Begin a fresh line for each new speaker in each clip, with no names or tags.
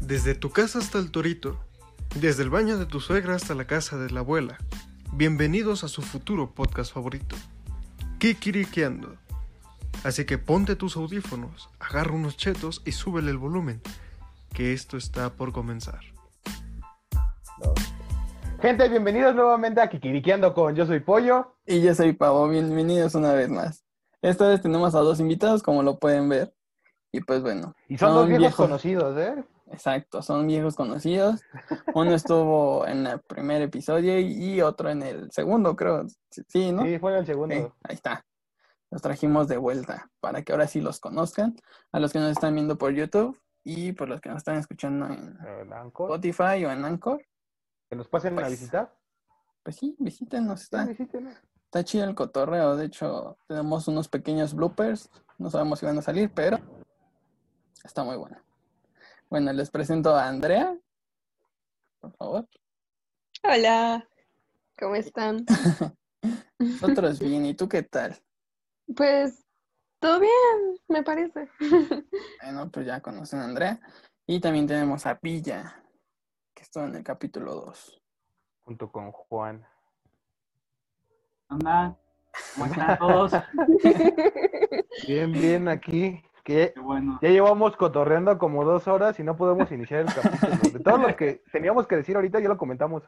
Desde tu casa hasta el torito, desde el baño de tu suegra hasta la casa de la abuela, bienvenidos a su futuro podcast favorito, Kikiriqueando. Así que ponte tus audífonos, agarra unos chetos y súbele el volumen, que esto está por comenzar.
Gente, bienvenidos nuevamente a Kikiriqueando con Yo Soy Pollo.
Y yo soy Pavo, bienvenidos una vez más. Esta vez tenemos a dos invitados, como lo pueden ver. Y pues bueno.
Y son, dos viejos, conocidos, ¿eh?
Exacto, son viejos conocidos. Uno estuvo en el primer episodio y, y otro en el segundo, creo. Sí, ¿no?
Sí, fue en el segundo.
Sí, ahí está. Los trajimos de vuelta para que ahora sí los conozcan. A los que nos están viendo por YouTube y por los que nos están escuchando en Spotify o en Anchor.
Eh, Que nos pasen
Pues, ah.
a visitar.
Pues sí, visítenos. Está,
Sí, ¿eh? visítenos.
está chido el cotorreo. De hecho, tenemos unos pequeños bloopers. No sabemos si van a salir, pero está muy bueno. Bueno, les presento a Andrea. Por favor.
Hola, ¿cómo están?
Nosotros bien. ¿Y tú qué tal?
Pues todo bien, me parece.
Bueno, pues ya conocen a Andrea. Y también tenemos a Villa, que estuvo en el capítulo 2.
Junto con Juan.
¿Qué onda? ¿Cómo están todos?
Bien, bien aquí. Que
Qué bueno.
ya llevamos cotorreando como dos horas y no podemos iniciar el capítulo. De todo lo que teníamos que decir ahorita ya lo comentamos.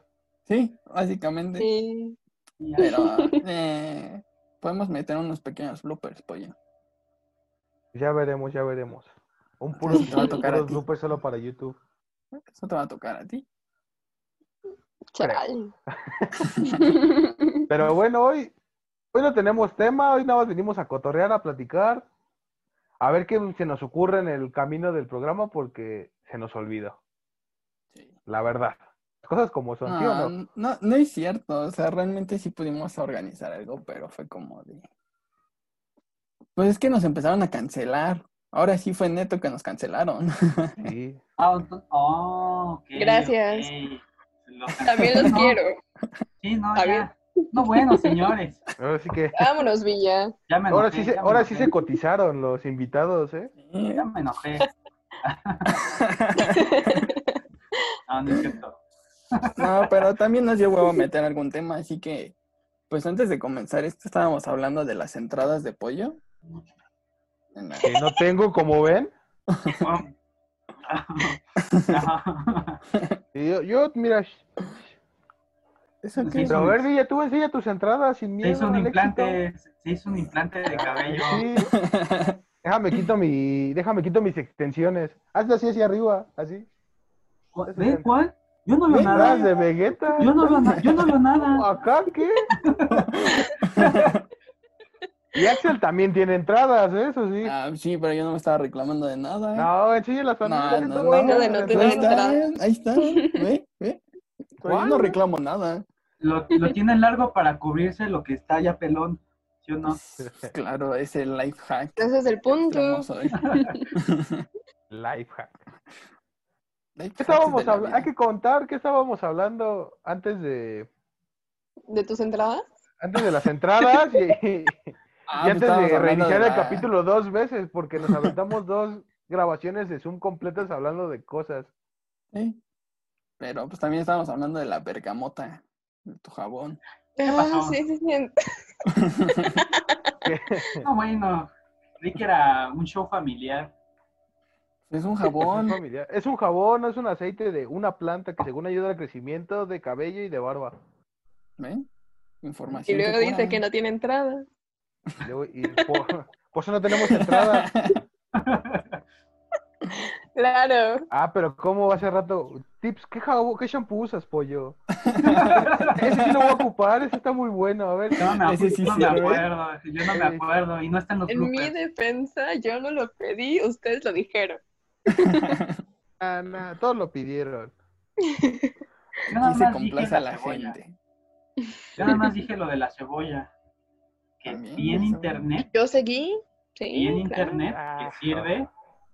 Sí, básicamente.
Sí.
Pero eh, podemos meter unos pequeños bloopers, pollo.
Ya veremos, ya veremos. Un puro
Te va a tocar a
puros
ti.
bloopers solo para YouTube.
Eso te va a tocar a ti.
Chale.
Pero bueno, hoy, hoy no tenemos tema, hoy nada más venimos a cotorrear, a platicar, a ver qué se nos ocurre en el camino del programa porque se nos olvidó,
Sí.
la verdad. Las cosas como son, ¿sí o
No,
no?
no, no es cierto. O sea, realmente sí pudimos organizar algo, pero fue como de. Pues es que nos empezaron a cancelar. Ahora sí fue neto que nos cancelaron.
Sí.
Ah, ento- oh, ok,
Gracias.
ok. Los-
También los
No,
quiero.
Sí, no,
Está
ya. No, bueno, señores.
Ahora sí que,
Vámonos, Villa.
Ya me
ahora
enojé,
sí se,
ya me
ahora sí
enojé,
se cotizaron los invitados, ¿eh?
Ya me enojé. Ah, No, no es cierto.
No, pero también nos dio huevo meter algún tema, así que, pues antes de comenzar esto, estábamos hablando de las entradas de pollo. En la-
Que no tengo, como ven.
Bueno.
Y yo, yo, mira, sh-
¿Eso qué?
pero a ver, Villa, tú enseña tus entradas sin
Se
miedo.
hizo un
al éxito. Ah,
implante, se hizo un implante de cabello.
Sí. Déjame quito mi, déjame quito mis extensiones. Hazlo así hacia arriba, así.
¿Ve cuál? Yo no veo
Ven,
nada.
las de Vegeta.
Yo no veo, na- yo no veo nada.
¿Acá qué? y Axel también tiene entradas, ¿eh? eso sí.
Ah, sí, pero yo no me estaba reclamando de nada. ¿eh?
No, enséñalas
No,
también.
no,
Bueno, de no
Ahí
tener
está,
entradas.
ahí está, ve, ve. Pero yo no
¿Cuál?
reclamo nada.
Lo, lo tienen largo para cubrirse lo que está ya pelón. ¿Sí o no?
Claro, es ¿eh? el life hack.
Ese es el punto.
Extremo soy.
Life hack.
Life
¿Qué
hacks
estábamos
de la
hablando? Hay
vida.
que contar qué estábamos hablando antes de
¿De tus entradas?
antes de las entradas y, y
Ah, pues
antes
estábamos
de
hablando
reiniciar el
la-
capítulo dos veces porque nos aventamos dos grabaciones de Zoom completas hablando de cosas.
Sí. ¿Eh? Pero pues también estábamos hablando de la bergamota, de tu jabón.
Ah,
pasó?
sí, sí, sí.
No, bueno. Creí que era un show familiar.
Es un
Es
jabón.
familiar. Es un jabón, es un aceite de una planta que según ayuda al crecimiento de cabello y de barba.
¿Ven? Información.
Y luego
que
dice
cura.
que no tiene entradas.
Y luego- y po- por, eso no tenemos entrada.
Claro.
Ah, pero ¿cómo hace rato? Tips, ¿qué, jabón, qué shampoo usas, pollo? Ese sí lo voy a ocupar, ese está muy bueno. A ver,
Yo no me,
Ese sí
yo no me
sirve.
acuerdo. Yo no me
Sí.
acuerdo. Y no están los
En mi
bloopers.
defensa, yo no lo pedí, ustedes lo dijeron.
ah, nah, todos lo pidieron.
Yo nada
Aquí se
más dije
complace a la
cebolla.
gente.
Yo nada más dije lo de la cebolla. Que
También,
vi en
la cebolla.
internet,
Yo seguí. Sí,
vi en
claro.
internet
Ah.
que sirve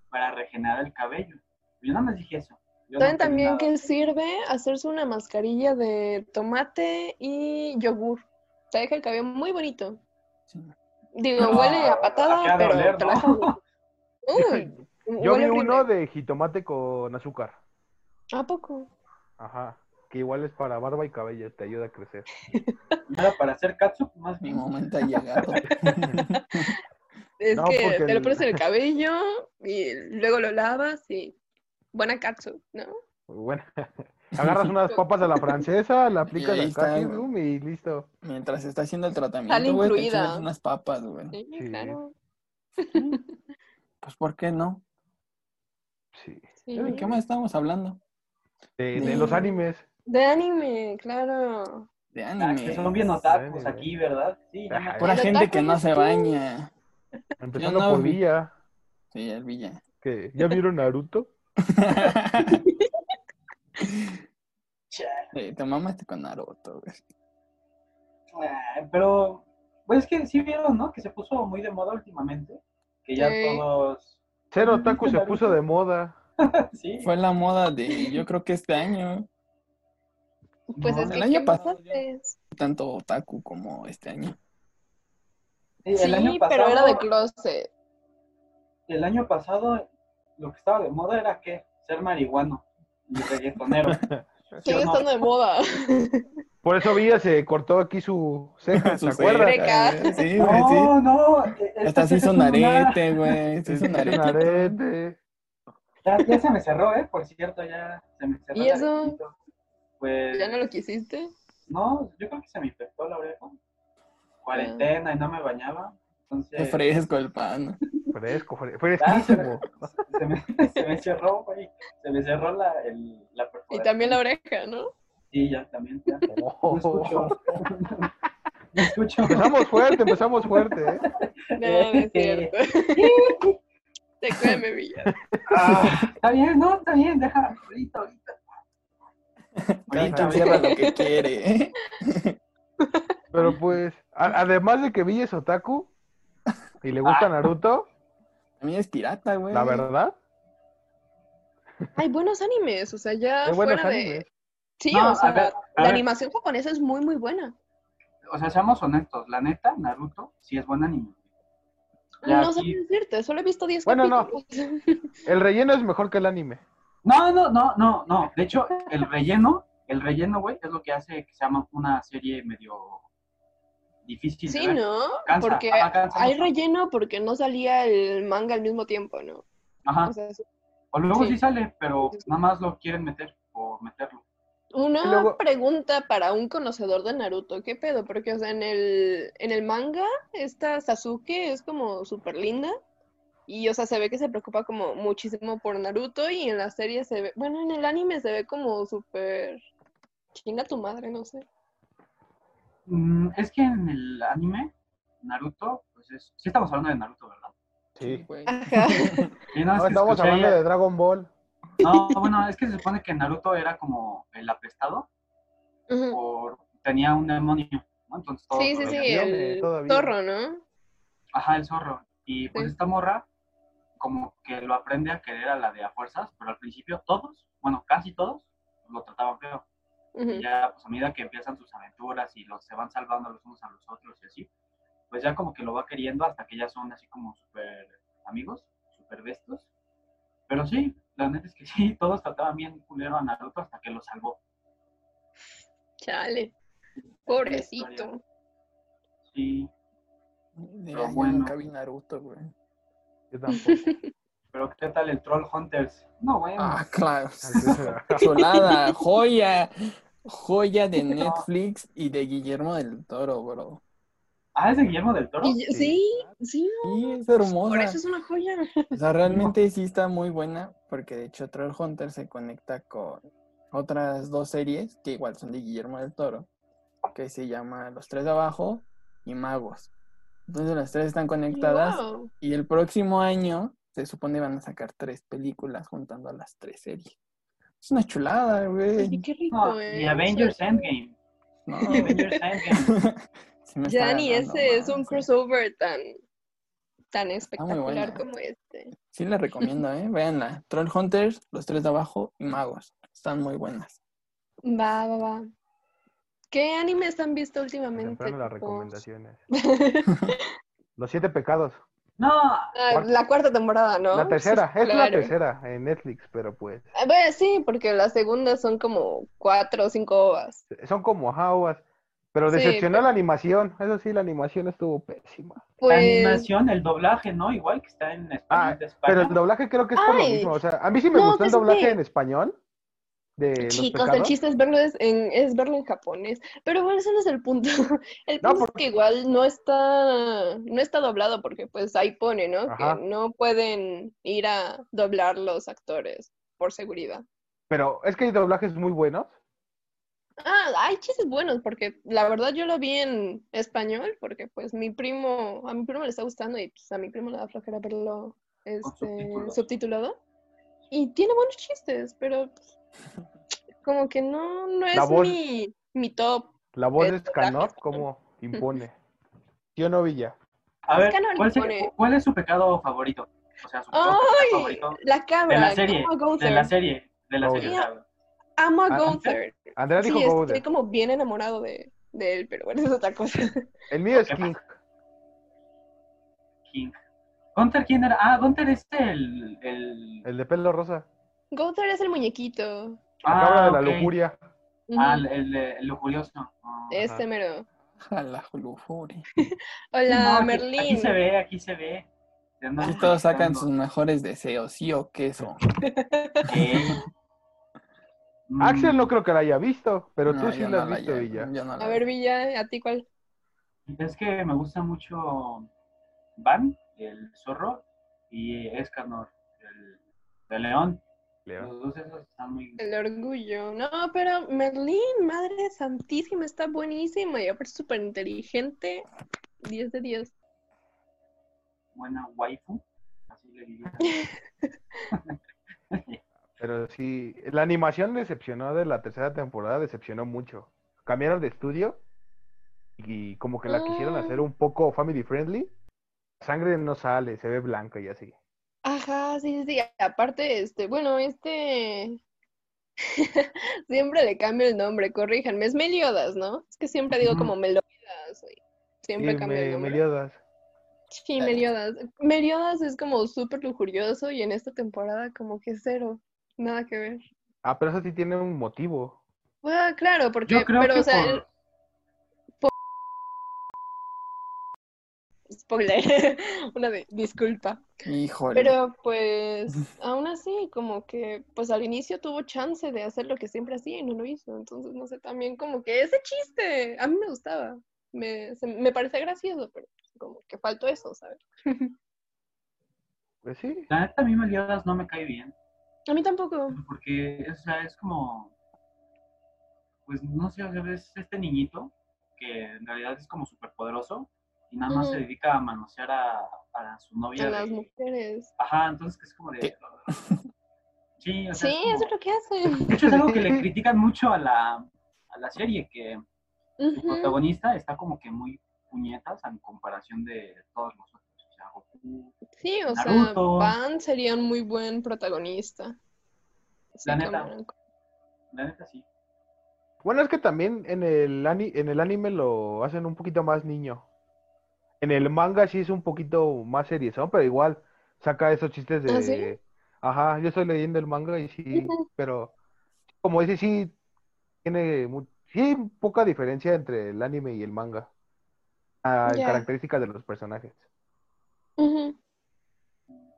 para regenerar el cabello. Yo nada más dije eso. Yo no
¿Saben
pedí
también
nada.
que sirve hacerse una mascarilla de tomate y yogur? Te deja el cabello muy bonito.
Sí.
Digo,
No,
huele a
acaba
patada,
de
pero
oler,
te
¿no?
la Uy,
Yo vi
huele horrible.
uno de jitomate con azúcar.
¿A poco?
Ajá. Que igual es para barba y cabello, te ayuda a crecer.
Nada para hacer katsu, más
Mi
bien.
momento ha llegado.
Es
No,
que
porque
te lo
el-
pones en el cabello y luego lo lavas y. Buena katsu, ¿no?
Muy buena. Agarras unas papas a la francesa, la aplicas
ahí
al
está,
cutting
güey.
room y listo.
Mientras está haciendo el tratamiento,
Sale
güey, te
incluida.
chingas unas papas, güey.
Sí,
Sí.
claro.
Pues, ¿por qué no?
Sí.
Sí.
¿De qué más estamos hablando?
De,
Sí.
de los animes.
De anime, claro.
De
Ah,
anime.
que son bien otakus
Anime.
aquí, ¿verdad? Sí, ya me
Ajá.
acuerdo.
Pura
El
gente
otaku
que no
eres
se
tú.
baña.
Empezando
no
por
vi.
Villa.
Sí, el Villa.
Que, ¿Ya vieron Naruto?
Chale.
Sí, te mamaste con Naruto, güey.
Ah, Pero, pues es que sí vieron, ¿no? Que se puso muy de moda últimamente. Que ya
Sí.
todos.
Cero Otaku se puso de moda.
Sí.
Fue la moda de, yo creo que este año,
Pues
No,
es que.
el año
¿qué
pasado
más
ya.
haces?
tanto otaku como este año.
Sí, el
Sí,
año
pero era de
pasado-
closet.
el año pasado lo que estaba de moda era que ser marihuano y reggaetonero. ¿Sí
Sigue
o no?
estando de moda.
Por eso Villa se cortó aquí su ceja, ¿se
Sus
acuerdas?
ceja. Greca.
cejas, Sí, güey, sí.
No, no. eh,
Hasta
esta
se hizo
es
un
una-
arete, güey. Se
Sí,
hizo un
sí, un
arete.
arete.
Ya, ya se me cerró, ¿eh? Por cierto, ya se me cerró.
¿Y
el
eso?
aretito. Pues,
¿Ya no Ah. lo quisiste?
no, yo creo que se me infectó la oreja. Cuarentena y no me bañaba.
Qué
Entonces,
fresco el pan.
Fresco, fre- fresquísimo.
se me, se me cerró, güey. Se me cerró la, el, la
Y
perforación.
también la oreja, ¿no?
Sí, ya, también. Ya. No escucho.
Oh.
No escucho.
Empezamos fuerte, empezamos fuerte, ¿eh?
No, no es cierto. Te cuéme, Villa.
Ah, está bien, no, está bien, deja, ahorita, ahorita.
Cada
Ahorita,
quien cierra lo que quiere. ¿eh?
Pero pues, a- además de que Villa es otaku y le gusta
Ah.
Naruto,
A mí es pirata, güey.
la verdad,
Hay buenos animes, o sea, ya
es buenos
fuera
animes.
de. Sí,
No,
o sea,
a ver, a
la
ver.
animación japonesa es muy, muy buena.
O sea, seamos honestos, la neta, Naruto sí es buen anime. Ya
Mm, No sé
aquí-
qué decirte, solo he visto 10
Bueno, no.
capítulos.
El relleno es mejor que el anime.
No, no, no, no, no. De hecho, el relleno, el relleno, güey, es lo que hace que sea ma- una serie medio difícil. de
Sí,
ver.
¿no?
Cansa,
Porque
ajá, cansa
hay
mucho.
relleno porque no salía el manga al mismo tiempo, ¿no?
Ajá.
O sea, es
O luego sí.
sí.
sale, pero nada más lo quieren meter por meterlo.
una
Y luego-
pregunta para un conocedor de Naruto, ¿qué pedo? Porque, o sea, en el, en el manga, esta Sasuke es como súper linda. Y, o sea, se ve que se preocupa como muchísimo por Naruto y en la serie se ve, bueno, en el anime se ve como súper... Chinga tu madre, no sé.
Mm, es que en el anime, Naruto, pues es... Sí estamos hablando de Naruto, ¿verdad?
Sí. Ah,
güey.
Ajá.
Sí, nada más
No,
que
estamos
escuché
hablando
ahí-
de Dragon Ball.
No, bueno, es que se supone que Naruto era como el apestado
Ujú.
por... Tenía un demonio, ¿no? Entonces todo
Sí, sí, sí,
todavía,
el
todavía.
zorro, ¿no?
Ajá, el zorro. Y pues
Sí.
esta morra como que lo aprende a querer a la de a fuerzas, pero al principio todos, bueno, casi todos, lo trataban feo.
Ujú.
Y ya, pues a medida que empiezan sus aventuras y los se van salvando los unos a los otros y así, pues ya como que lo va queriendo hasta que ya son así como súper amigos, súper bestos. Pero sí, la neta es que sí, todos trataban bien culero a Naruto hasta que lo salvó.
Chale,
Historia.
pobrecito.
Sí,
Mira,
Pero
yo
bueno.
nunca vi Naruto, güey.
Yo tampoco.
pero ¿qué tal el Troll Hunters? No, bueno.
Ah, claro.
Antes-
Chulada, joya. Joya de Netflix y de Guillermo del Toro, bro.
Ah, es de Guillermo del Toro.
Y- sí, sí,
Sí, es
por
hermosa.
eso es una joya.
O sea, realmente sí está muy buena porque de hecho Trollhunter se conecta con otras dos series que igual son de Guillermo del Toro, que se llama Los Tres de Abajo y Magos. Entonces las tres están conectadas
Wow.
y el próximo año se supone van a sacar tres películas juntando a las tres series. Es una chulada,
Oye,
güey.
qué rico,
No,
eh.
y Avengers Endgame.
No.
Avengers Endgame.
Sí me está
Ya ni
ganando,
ese es
man,
un
sí.
crossover tan, tan
Ah, muy buena.
espectacular como este.
Sí la recomiendo, ¿eh? Véanla. Trollhunters, Los Tres de Abajo y Magos. Están muy buenas.
Va, va, va. ¿Qué animes han visto últimamente?
Temprano las
chicos?
recomendaciones. Los siete pecados.
No,
Ah, la cuarta temporada, ¿no?
La tercera,
Sí,
es la
claro.
tercera en Netflix, pero pues
Ah, bueno, sí, porque las segundas son como cuatro o cinco ovas.
son como aguas. Pero
Sí,
decepcionó
pero-
la animación, eso sí, la animación estuvo pésima.
la
Pues,
animación, el doblaje, ¿no? Igual que está en español
Ah,
de España.
Pero el doblaje creo que es por lo
Ay.
mismo. O sea, a mí sí me
No,
gustó el
pues es
doblaje
que-
en español de Los
chicos, el
Pecados.
chiste es verlo es- en, es verlo en japonés. Pero bueno, ese no es el punto. El
No,
punto es
porque-
que igual no está, no está doblado porque pues ahí pone, ¿no?
Ajá.
Que no pueden ir a doblar los actores por seguridad.
Pero es que hay doblajes muy buenos.
Ah, hay chistes buenos porque la verdad yo lo vi en español porque pues mi primo, a mi primo le está gustando y pues a mi primo le da flojera verlo este,
subtítulos.
subtitulado. Y tiene buenos chistes, pero pues, como que no, no es
voz-
mi, mi top.
La voz
El
de
doblaje
Scanor,
es bueno.
como impone. Yo no Villa.
A ver,
Es que no le
¿cuál, se-
pone.
cuál es su pecado favorito? O sea, su pecado
¡Ay!
favorito
La
de
cabra.
la serie.
Amo a
De la
Gozer.
serie. De la
Oh.
serie. o sea,
Amo a
Ah,
Gozer.
Andrea
Sí,
dijo
estoy
Goder.
como bien enamorado de, de él, pero bueno, es otra cosa.
El mío es
¿Qué
King.
King. Gunther, ¿quién era? Ah, Gunther es el. el...
El de pelo rosa.
Gozer es el muñequito.
La
Ah,
cabra de la
ok.
lujuria.
Ujú,
Ah, el, el, de- el lujurioso. Ah.
Este mero.
A la julujuria.
Hola,
No, aquí-
Merlín.
Aquí se ve, aquí se ve. Te
Ah,
andan
Aquí todos sacan sus
molestando.
mejores deseos, sí o queso.
Eh. Mm,
Axel no creo que la haya visto, pero tú
No,
sí la
yo no
has visto,
llevo,
Villa.
yo no la
A ver,
llevo.
Villa, ¿a ti cuál?
Es que me gusta mucho Van, el zorro, y Escanor, el de león.
León.
Los dos esos están muy.
El orgullo. No, pero Merlín, madre santísima, está buenísima y aparte súper inteligente. 10 de 10.
buena waifu, así le diría.
Pero sí, la animación decepcionó de la tercera temporada, decepcionó mucho. Cambiaron de estudio y como que la quisieron
Ah.
hacer un poco family friendly. Sangre no sale, se ve blanca y así.
Ajá, sí, sí, sí. Aparte, este, bueno, este. siempre le cambio el nombre, corríjanme. Es Meliodas, ¿no? Es que siempre digo
Ujú.
como Meliodas. y Siempre
Sí,
cambio el
me-
nombre.
Meliodas.
Sí, Meliodas. Meliodas es como súper lujurioso y en esta temporada como que cero. Nada que ver.
Ah, pero eso sí tiene un motivo.
Bueno, claro, porque.
Yo creo
pero,
que
o sea,
por-
el- Spoiler, una de- disculpa.
Híjole.
Pero pues, aún así, como que, pues al inicio tuvo chance de hacer lo que siempre hacía y no lo hizo. Entonces, no sé, también como que ese chiste, a mí me gustaba. Me, se- me parecía gracioso, pero como que faltó eso, ¿sabes?
Pues sí.
La neta, a mí Meliodas no me cae bien,
A mí tampoco.
porque o sea, es como, pues no sé, o sea, es este niñito que en realidad es como súper poderoso y nada más
Ujú.
se dedica a manosear a, a su novia.
A
de-
las mujeres.
Ajá, entonces que es como de...
¿Qué?
Sí, o sea,
Sí,
es como-
eso es lo que hacen.
de hecho es algo que le critican mucho a la, a la serie, que el
Ujú.
protagonista está como que muy puñetas en comparación de todos los otros. O sea, Goku,
Sí, o sea,
Naruto.
Van sería un muy buen protagonista. Así
La neta.
como-
la neta sí.
Bueno, es que también en el, ani- en el anime lo hacen un poquito más niño. En el manga sí es un poquito más seriezón, pero igual saca esos chistes de...
¿Ah, sí?
Ajá, yo estoy leyendo el manga y sí,
Ujú.
pero como dice, sí tiene mu- sí hay poca diferencia entre el anime y el manga. Ah, en
Ya.
características de los personajes.
Ujú.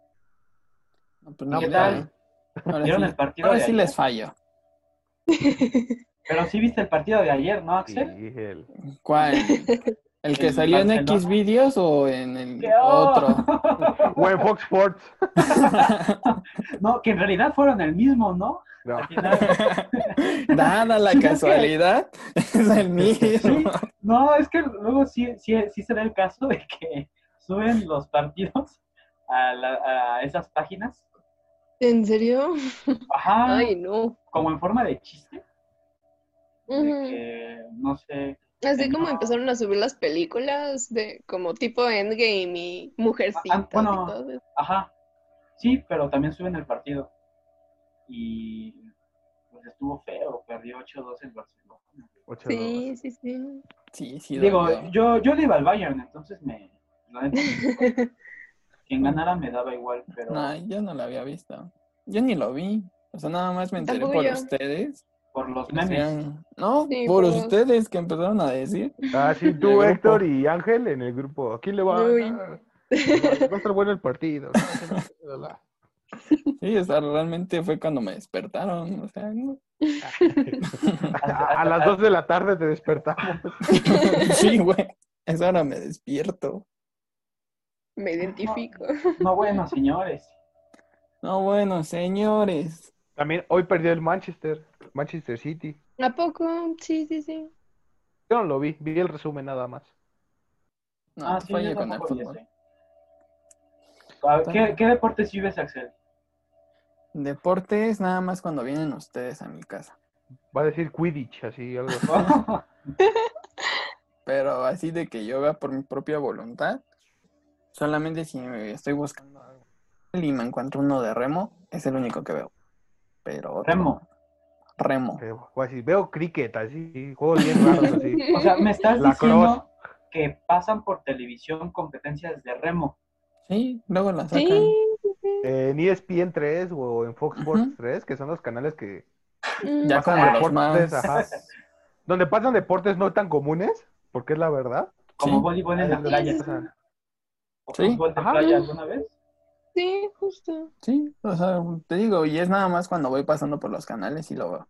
No, pues no,
¿Qué
ahora- Ahora,
¿Vieron
sí,
el partido
ahora
de
sí
ayer?
les fallo.
Pero sí viste el partido de ayer, ¿no,
Y
Axel?
el-
¿Cuál? ¿El que
El
salió en
Barcelona.
X videos o en el
¡Qué- oh!
otro?
O en Fox Sports.
no, que en realidad fueron el mismo, ¿no?
No.
Al final-
Dada la casualidad, es el mismo.
no, es que luego sí, sí, sí será el caso de que suben los partidos a, la- a esas páginas.
¿En serio?
Ajá,
Ay, no.
como en forma de chiste. de
Ujú.
que, no sé,
Así
Sí,
como
no.
empezaron a subir las películas de como tipo Endgame y Mujercitas y
bueno.
todo eso.
Ajá. Sí, pero también suben el partido. Y pues estuvo feo, perdió 8-2 el Barcelona.
Ocho,
Sí, sí, sí.
Sí, sí,
Digo,
dolió.
yo, yo le iba al Bayern, entonces me... la neta, Quien ganara me daba igual, pero
No, yo no la había visto. Yo ni lo vi. O sea, nada más me enteré
Tampoco
por
yo.
ustedes.
por los
que
memes.
hacían- No,
Sí, pues.
por
por los-
ustedes que empezaron a decir.
Ah, sí,
el
tú,
grupo.
Héctor y Ángel en el grupo. ¿A quién le va a
Uy.
ganar? Va a estar bueno el partido.
Sí, o sea, realmente fue cuando me despertaron. O sea, no.
A, a las 2 de la tarde te despertamos.
sí, güey. A esa hora me despierto.
Me identifico.
No, bueno, señores.
No, bueno, señores.
También hoy perdió el Manchester, Manchester City.
¿A poco? Sí, sí, sí.
Yo no lo vi, vi el resumen nada más.
No,
Ah,
tú
sí,
falla
yo
con el
tampoco vi
fútbol.
ese. A ver, ¿Qué, ¿Qué deportes vives, Axel?
Deportes, nada más cuando vienen ustedes a mi casa.
Va a decir Quidditch, así, algo así.
Pero así de que yo vea por mi propia voluntad, solamente si me estoy buscando algo y me encuentro uno de remo, es el único que veo. Pero otro-
Remo.
Remo.
Pero, o así, Veo cricket, así, juegos bien raros, así.
O sea, me estás
La
diciendo que pasan por televisión competencias de remo.
Sí, luego la sacan.
Sí.
Eh, En ESPN 3 o en Fox
Ujú.
Sports 3, que son los canales que
Mm,
Ya
pasan
como los
deportes,
más.
ajá. Donde pasan deportes no tan comunes, porque es la verdad.
Como
Sí.
voleibol en
Ahí
la
lo
playa.
pasan.
¿O
Sí.
fútbol de
Ajá.
playa alguna vez?
Sí, justo.
Sí, o sea, te digo, y es nada más cuando voy pasando por los canales y lo veo.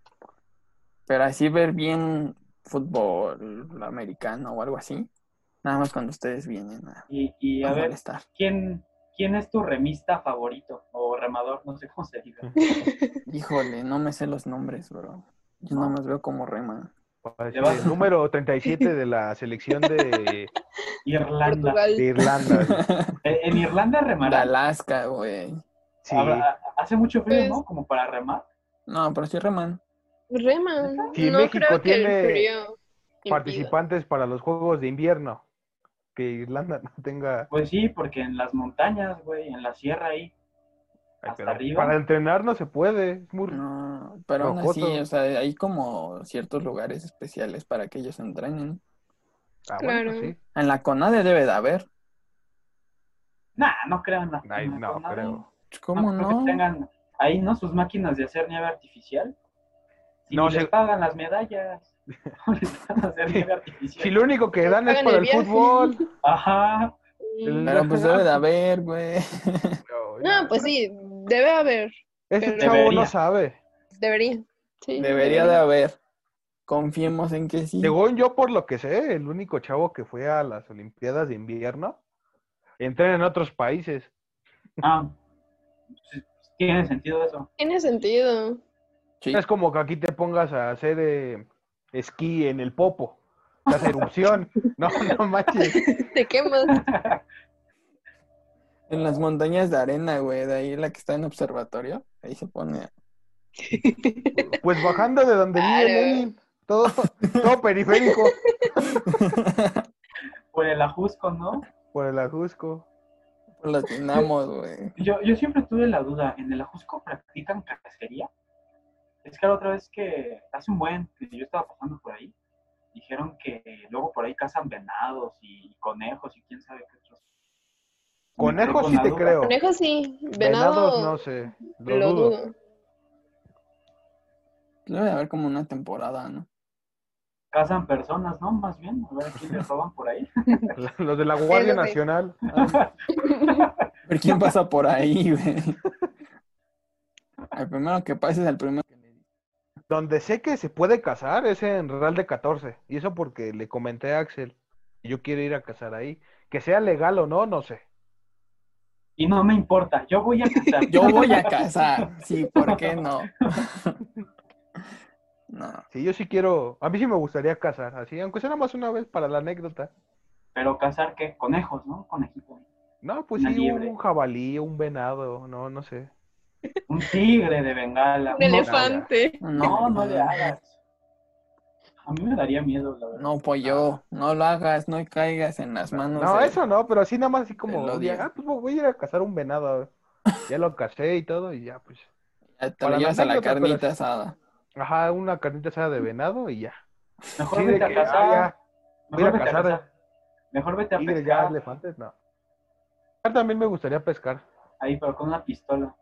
Pero así ver bien fútbol americano o algo así, nada más cuando ustedes vienen a,
Y, y
a
a ver,
molestar.
¿quién, ¿quién es tu remista favorito? O remador, no sé cómo se diga.
Híjole, no me sé los nombres, bro. Yo nada más veo como reman.
Así,
Le vas-
el número 37 de la selección de,
Irlanda.
Portugal.
de Irlanda. así.
Eh, En Irlanda
De
remarán.
Alaska, güey.
Sí.
Habrá- Hace mucho frío,
Pues-
¿no? Como para remar.
No, pero sí reman.
Reman.
Sí,
no
México
creo que el
tiene
frío impida.
participantes para los Juegos de Invierno. Que Irlanda no tenga...
Pues sí, porque en las montañas, güey, en la sierra ahí.
Ay,
Hasta
pero
arriba.
para entrenar no se puede. es muy-
No, pero aún así,
Rocoto.
o sea, hay como ciertos lugares especiales para que ellos entrenen.
Ah, bueno,
Claro.
sí.
En la CONADE debe de haber.
Nah, no creo en la
Ay,
en la
no
jornada.
creo.
¿Cómo
creo Ah, pues que
no?
tengan ahí, ¿no? Sus máquinas de hacer nieve artificial. Si
No,
no, les
se-
pagan las medallas. No les pagan hacer nieve artificial.
Si lo único que dan es
Hagan
para
el
el
viaje.
fútbol.
Ajá.
Mm.
la-
Pero pues debe de haber, güey.
No, pues sí, debe haber.
Ese
pero-
chavo
Debería.
no sabe.
Debería. Sí.
Debería de haber. Confiemos en que sí.
Según yo, por lo que sé, el único chavo que fue a las Olimpiadas de invierno entrena en otros países.
Ah. Sí, Tiene sentido eso.
Tiene sentido.
Sí.
No es como que aquí te pongas a hacer eh, esquí en el popo. La erupción. No, no manches.
Te quemas.
En las montañas de arena, güey, de ahí la que está en observatorio, ahí se pone.
Pues bajando de donde vive
Claro.
Lenin. Todo, todo periférico.
Por el ajusco, ¿no?
Por el ajusco.
Por pues, las dinamos, güey.
Yo, yo siempre tuve la duda, ¿en el Ajusco practican cacería? Es que la otra vez que, hace un buen, que yo estaba pasando por ahí, dijeron que luego por ahí cazan venados y conejos y quién sabe qué otros. Me quedé
Conejos
con
sí
la
te
duda.
creo.
Conejos sí.
Venados
Venado.
no sé. Lo,
Lo
dudo.
dudo.
Debe de haber como una temporada, ¿no?
Cazan personas, ¿no? Más bien, a ver a quién le roban por ahí.
Los de la Guardia
Es lo que-
Nacional.
Ah. Pero ¿quién pasa por ahí, güey? El primero que pase es el primero que le
Donde sé que se puede cazar es en Real de 14. Y eso porque le comenté a Axel. que Yo quiero ir a cazar ahí. Que sea legal o no, no sé.
Y no me importa, yo voy a cazar.
Yo voy a casar. Sí, ¿por qué no? No.
Sí, yo sí quiero. A mí sí me gustaría cazar. Así, aunque sea nada más una vez para la anécdota.
Pero cazar, ¿qué? Conejos, ¿no? Conejito.
No, pues
Una
sí, un,
liebre.
un jabalí, un venado. No, no sé.
Un tigre de bengala.
Un
un oso.
elefante.
No, no le hagas. A mí me daría miedo, la verdad.
No, pues yo, no lo hagas, no caigas en
Ah,
las manos.
no,
de-
eso no, pero así nada más así como.
Del odio.
ya, ah, pues voy a ir a cazar un venado. Ya lo cacé y todo, y ya, pues.
Ya Te
para
lo
la
llevas a la
anécdota, pero-
carnita asada.
Ajá, una carnita asada de venado y ya.
Mejor
Sí, de
vete
que,
a
ah,
cazar.
ya, voy a
Mejor vete a
cazar.
cazar. Mejor vete a
tigre, ya,
pescar.
elefantes, no. Pescar también me gustaría pescar.
Ahí, pero con una pistola.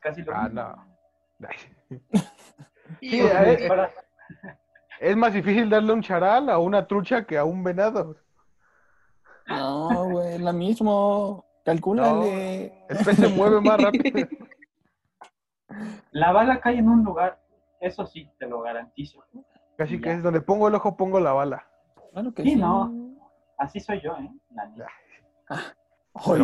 Casi lo
Ah,
mismo.
no.
Y
Sí, eh,
yo,
a ver.
Ahora,
Es más difícil darle un charal a una trucha que a un venado.
No, güey, lo mismo. Calcúlale.
El pez se mueve más rápido.
La bala cae en un lugar, eso sí, te lo garantizo.
Casi que
Ya.
es donde pongo el ojo, pongo la bala.
Claro que
Sí,
sí.
no. Así soy yo, ¿eh? La neta.
¿Pero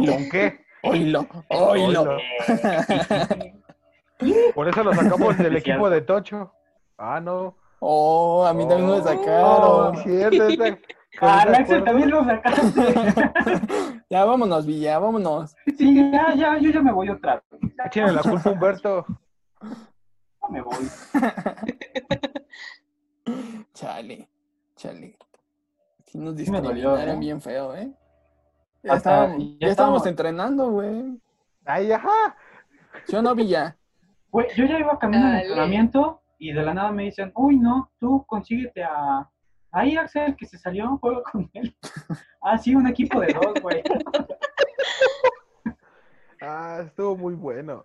Oilo,
con qué?
oilo, oilo.
Oilo. Por eso lo sacamos del
Sí,
equipo
cierto.
de Tocho. Ah, no.
Oh, a mí también me
Oh,
sacaron.
cierto, esa- con
Ah,
esas
Axel,
cuerdas.
también lo sacaste.
Ya vámonos, Villa, vámonos.
Sí, ya, ya, yo ya me voy otra vez.
Échenle la culpa a Humberto.
Ya me voy.
Chale, chale. Sí nos
Sí me dolió,
discriminaron
¿eh?
bien feo, ¿eh? Ya,
Hasta-
estábamos,
ya
ya estábamos
estábamos-
entrenando, güey.
Ay, ajá.
Yo no, Villa.
Güey, yo ya iba caminando al
Dale.
entrenamiento y de la nada me dicen, uy, no, tú consíguete a... Ahí Axel, que se salió, juego con él. Ah, sí, un equipo de dos, güey.
Ah, estuvo muy bueno.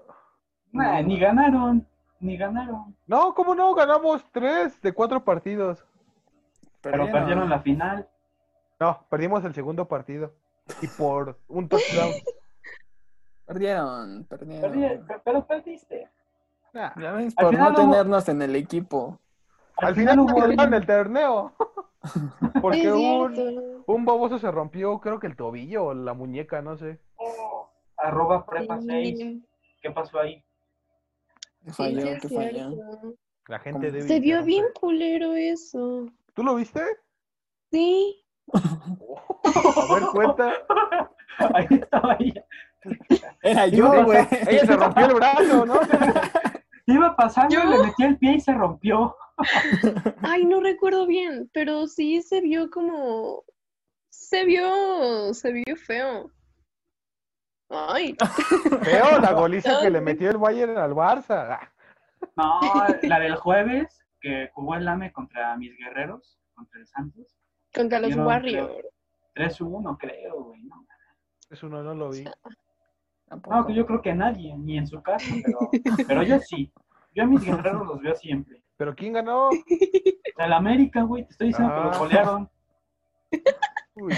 Nah, ni ganaron, ni ganaron.
No, ¿cómo no? Ganamos tres de cuatro partidos.
Pero perdieron la final.
No, perdimos el segundo partido. Y por un touchdown.
Perdieron, perdieron.
Perdí- pe- pero perdiste.
Nah,
Ya ves,
Al
por
final
no
hubo-
tenernos en el equipo.
Al final
hubo
ganaron el torneo.
sí,
Porque
es
un,
cierto.
un baboso se rompió, creo que el tobillo o la muñeca, no sé.
Oh, arroba prepa
Sí,
6. ¿Qué pasó ahí?
Que
sí, sí,
falló,
es
que falló.
cierto.
La gente
¿Cómo?
debe
Se vio
interrumpir.
bien culero eso.
¿Tú lo viste?
Sí.
A
Oh,
ver, cuenta.
Ahí estaba ella.
Era
Iba a
yo, güey.
pasar- Ella se rompió el brazo, ¿no?
Iba pasando,
Yo-
le metí el pie y se rompió.
Ay, no recuerdo bien, pero sí se vio como. Se vio. Se vio feo. Ay,
Feo la goliza que le metió el Bayern al Barça. Ah,
No, la del jueves, que jugó el AME contra mis guerreros, contra el Santos.
contra los
Yo no
Warriors.
3-1, creo, güey. No,
Es uno, no lo vi.
Tampoco.
no que yo creo que nadie, ni en su casa, pero, pero yo sí. Yo a mis guerreros los veo siempre.
¿Pero quién ganó?
La del América, güey, te estoy diciendo que
Ah.
los golearon.
Uy,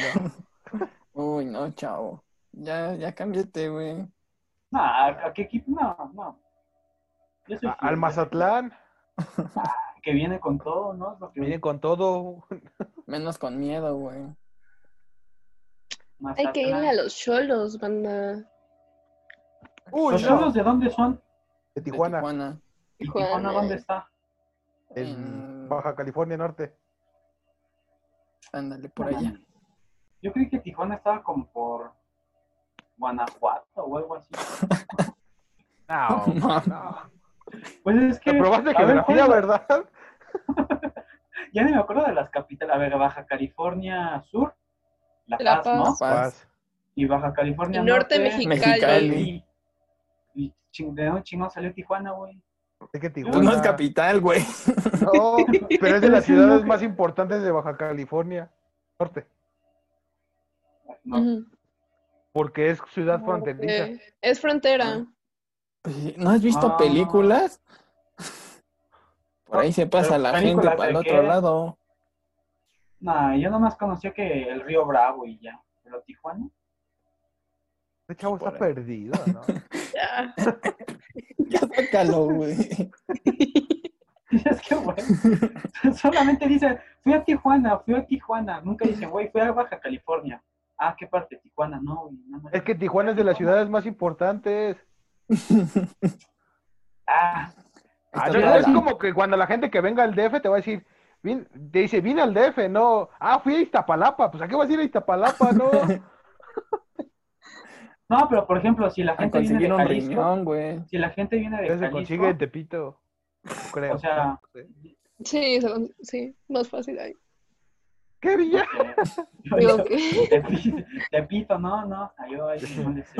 no.
Uy, no, chao. Ya, ya cámbiate, güey.
No, ¿a, a qué equipo? No, no. Yo soy
A-
fiel.
Al Mazatlán.
Que viene con todo, ¿no? Es lo que
Viene con todo.
Menos con miedo, güey.
Hay que irle a
Mazatlán.
los cholos, banda.
Uy,
¿Los
no.
cholos de dónde son?
De
De
Tijuana,
Tijuana.
¿Y
Tijuana.
Tijuana dónde está?
en Baja California Norte.
Ándale, por allá.
Yo creí que Tijuana estaba como por Guanajuato o algo así. Ah,
No,
No.
no.
Pues es que.
Te probaste
a ver,
geografía,
¿cuál-
¿verdad?
Ya ni me acuerdo de las capitales. A ver, Baja California Sur, La
La
Paz,
Paz.
¿no?
Paz.
Y Baja California
Y Norte,
Mexicali.
Mexicali.
Y, y ching- de dónde chingado salió Tijuana, güey.
Es que
Pues
Tijuana.
no es capital, güey.
No, pero es de las
Sí,
ciudades
no.
más importantes de Baja California Norte.
No,
Ujú.
Porque es ciudad fronteriza.
Eh, es frontera.
¿No has visto
Ah.
películas? Por ahí se pasa
Pero
la gente
películas
para el
de
otro
qué?
lado.
no, yo nomás conocía que el río Bravo y ya. Pero Tijuana.
Este chavo está
Por ahí.
perdido, ¿no?
Ya.
Ah.
Ya sácalo, güey.
Es que, güey, solamente dice, fui a Tijuana, fui a Tijuana. Nunca dicen, güey, fui a Baja California. Ah, ¿qué parte? Tijuana, no, güey. nada más.
Es que Tijuana es de las ciudades más importantes.
Ah,
Ah,
Está
no, no,
bien.
es como que cuando la gente que venga al DF te va a decir, "Vin- te dice, vine al DF, no, ah, fui a Iztapalapa, pues ¿a qué vas a ir a Iztapalapa, no?
no, pero por ejemplo, si la
A
gente viene
Ah, conseguir
de
un
Jalisco,
riñón, güey.
si la gente viene de
Pero se
Jalisco, eh,
consigue en Tepito, creo.
O sea-
Sí, se lo- sí, más fácil ahí.
¿Qué villa?
Yo-
Digo
yo-
que-
Te pi- te pito, no, no, yo ahí no le sé.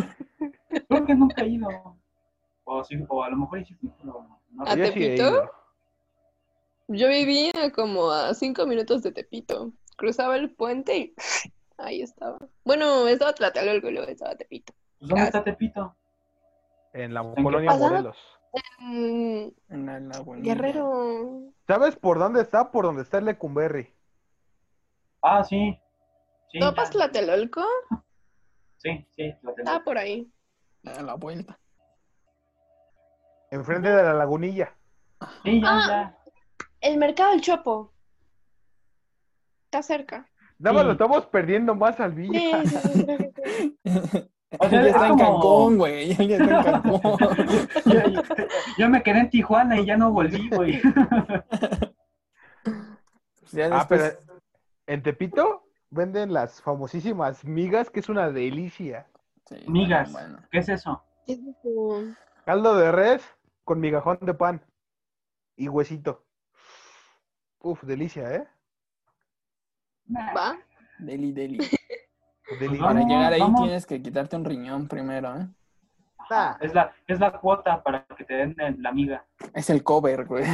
Creo que nunca he ido. O, sí, o a lo mejor sí fui, pero no
¿A
Yo
recuerdo.
sí he
Tepito?
ido.
Yo vivía como a cinco minutos de Tepito. Cruzaba el puente y ahí estaba. Bueno, estaba Tlatelolco y luego estaba Tepito.
Pues, ¿dónde está Tepito?
en la
¿En qué
colonia
pasa?
Morelos.
Mm,
En la lagunilla.
Guerrero.
¿Sabes por dónde está? Por dónde está el Lecumberri.
Ah, sí. Sí, ya.
¿Topas Ah, Tlatelolco?
sí, sí, lo tengo.
Está por ahí.
A la vuelta.
Enfrente de la lagunilla.
Sí, ya,
Ah.
ya.
El mercado del Chopo. Está cerca.
Nada más
Sí.
lo estamos perdiendo más al
Sí,
Villa.
sí, sí, sí, sí, sí.
O sea,
Él ya está en
es como-
Cancún, güey. Él ya está en Cancún.
Yo, yo me quedé en Tijuana y ya no volví, güey.
Pues ya
Este
Ah,
después-
pero en Tepito venden las famosísimas migas, que es una delicia.
Sí, no,
Migas.
bueno.
¿Qué es eso?
Es como-
Caldo de res con migajón de pan y huesito. Uf, delicia, ¿eh?
¿Va?
Deli, deli.
Delicia.
Vamos,
Para llegar ahí
vamos.
tienes que quitarte un riñón primero, ¿eh?
Ah,
Es la, es la cuota para que te den el- la amiga.
Es el cover, güey.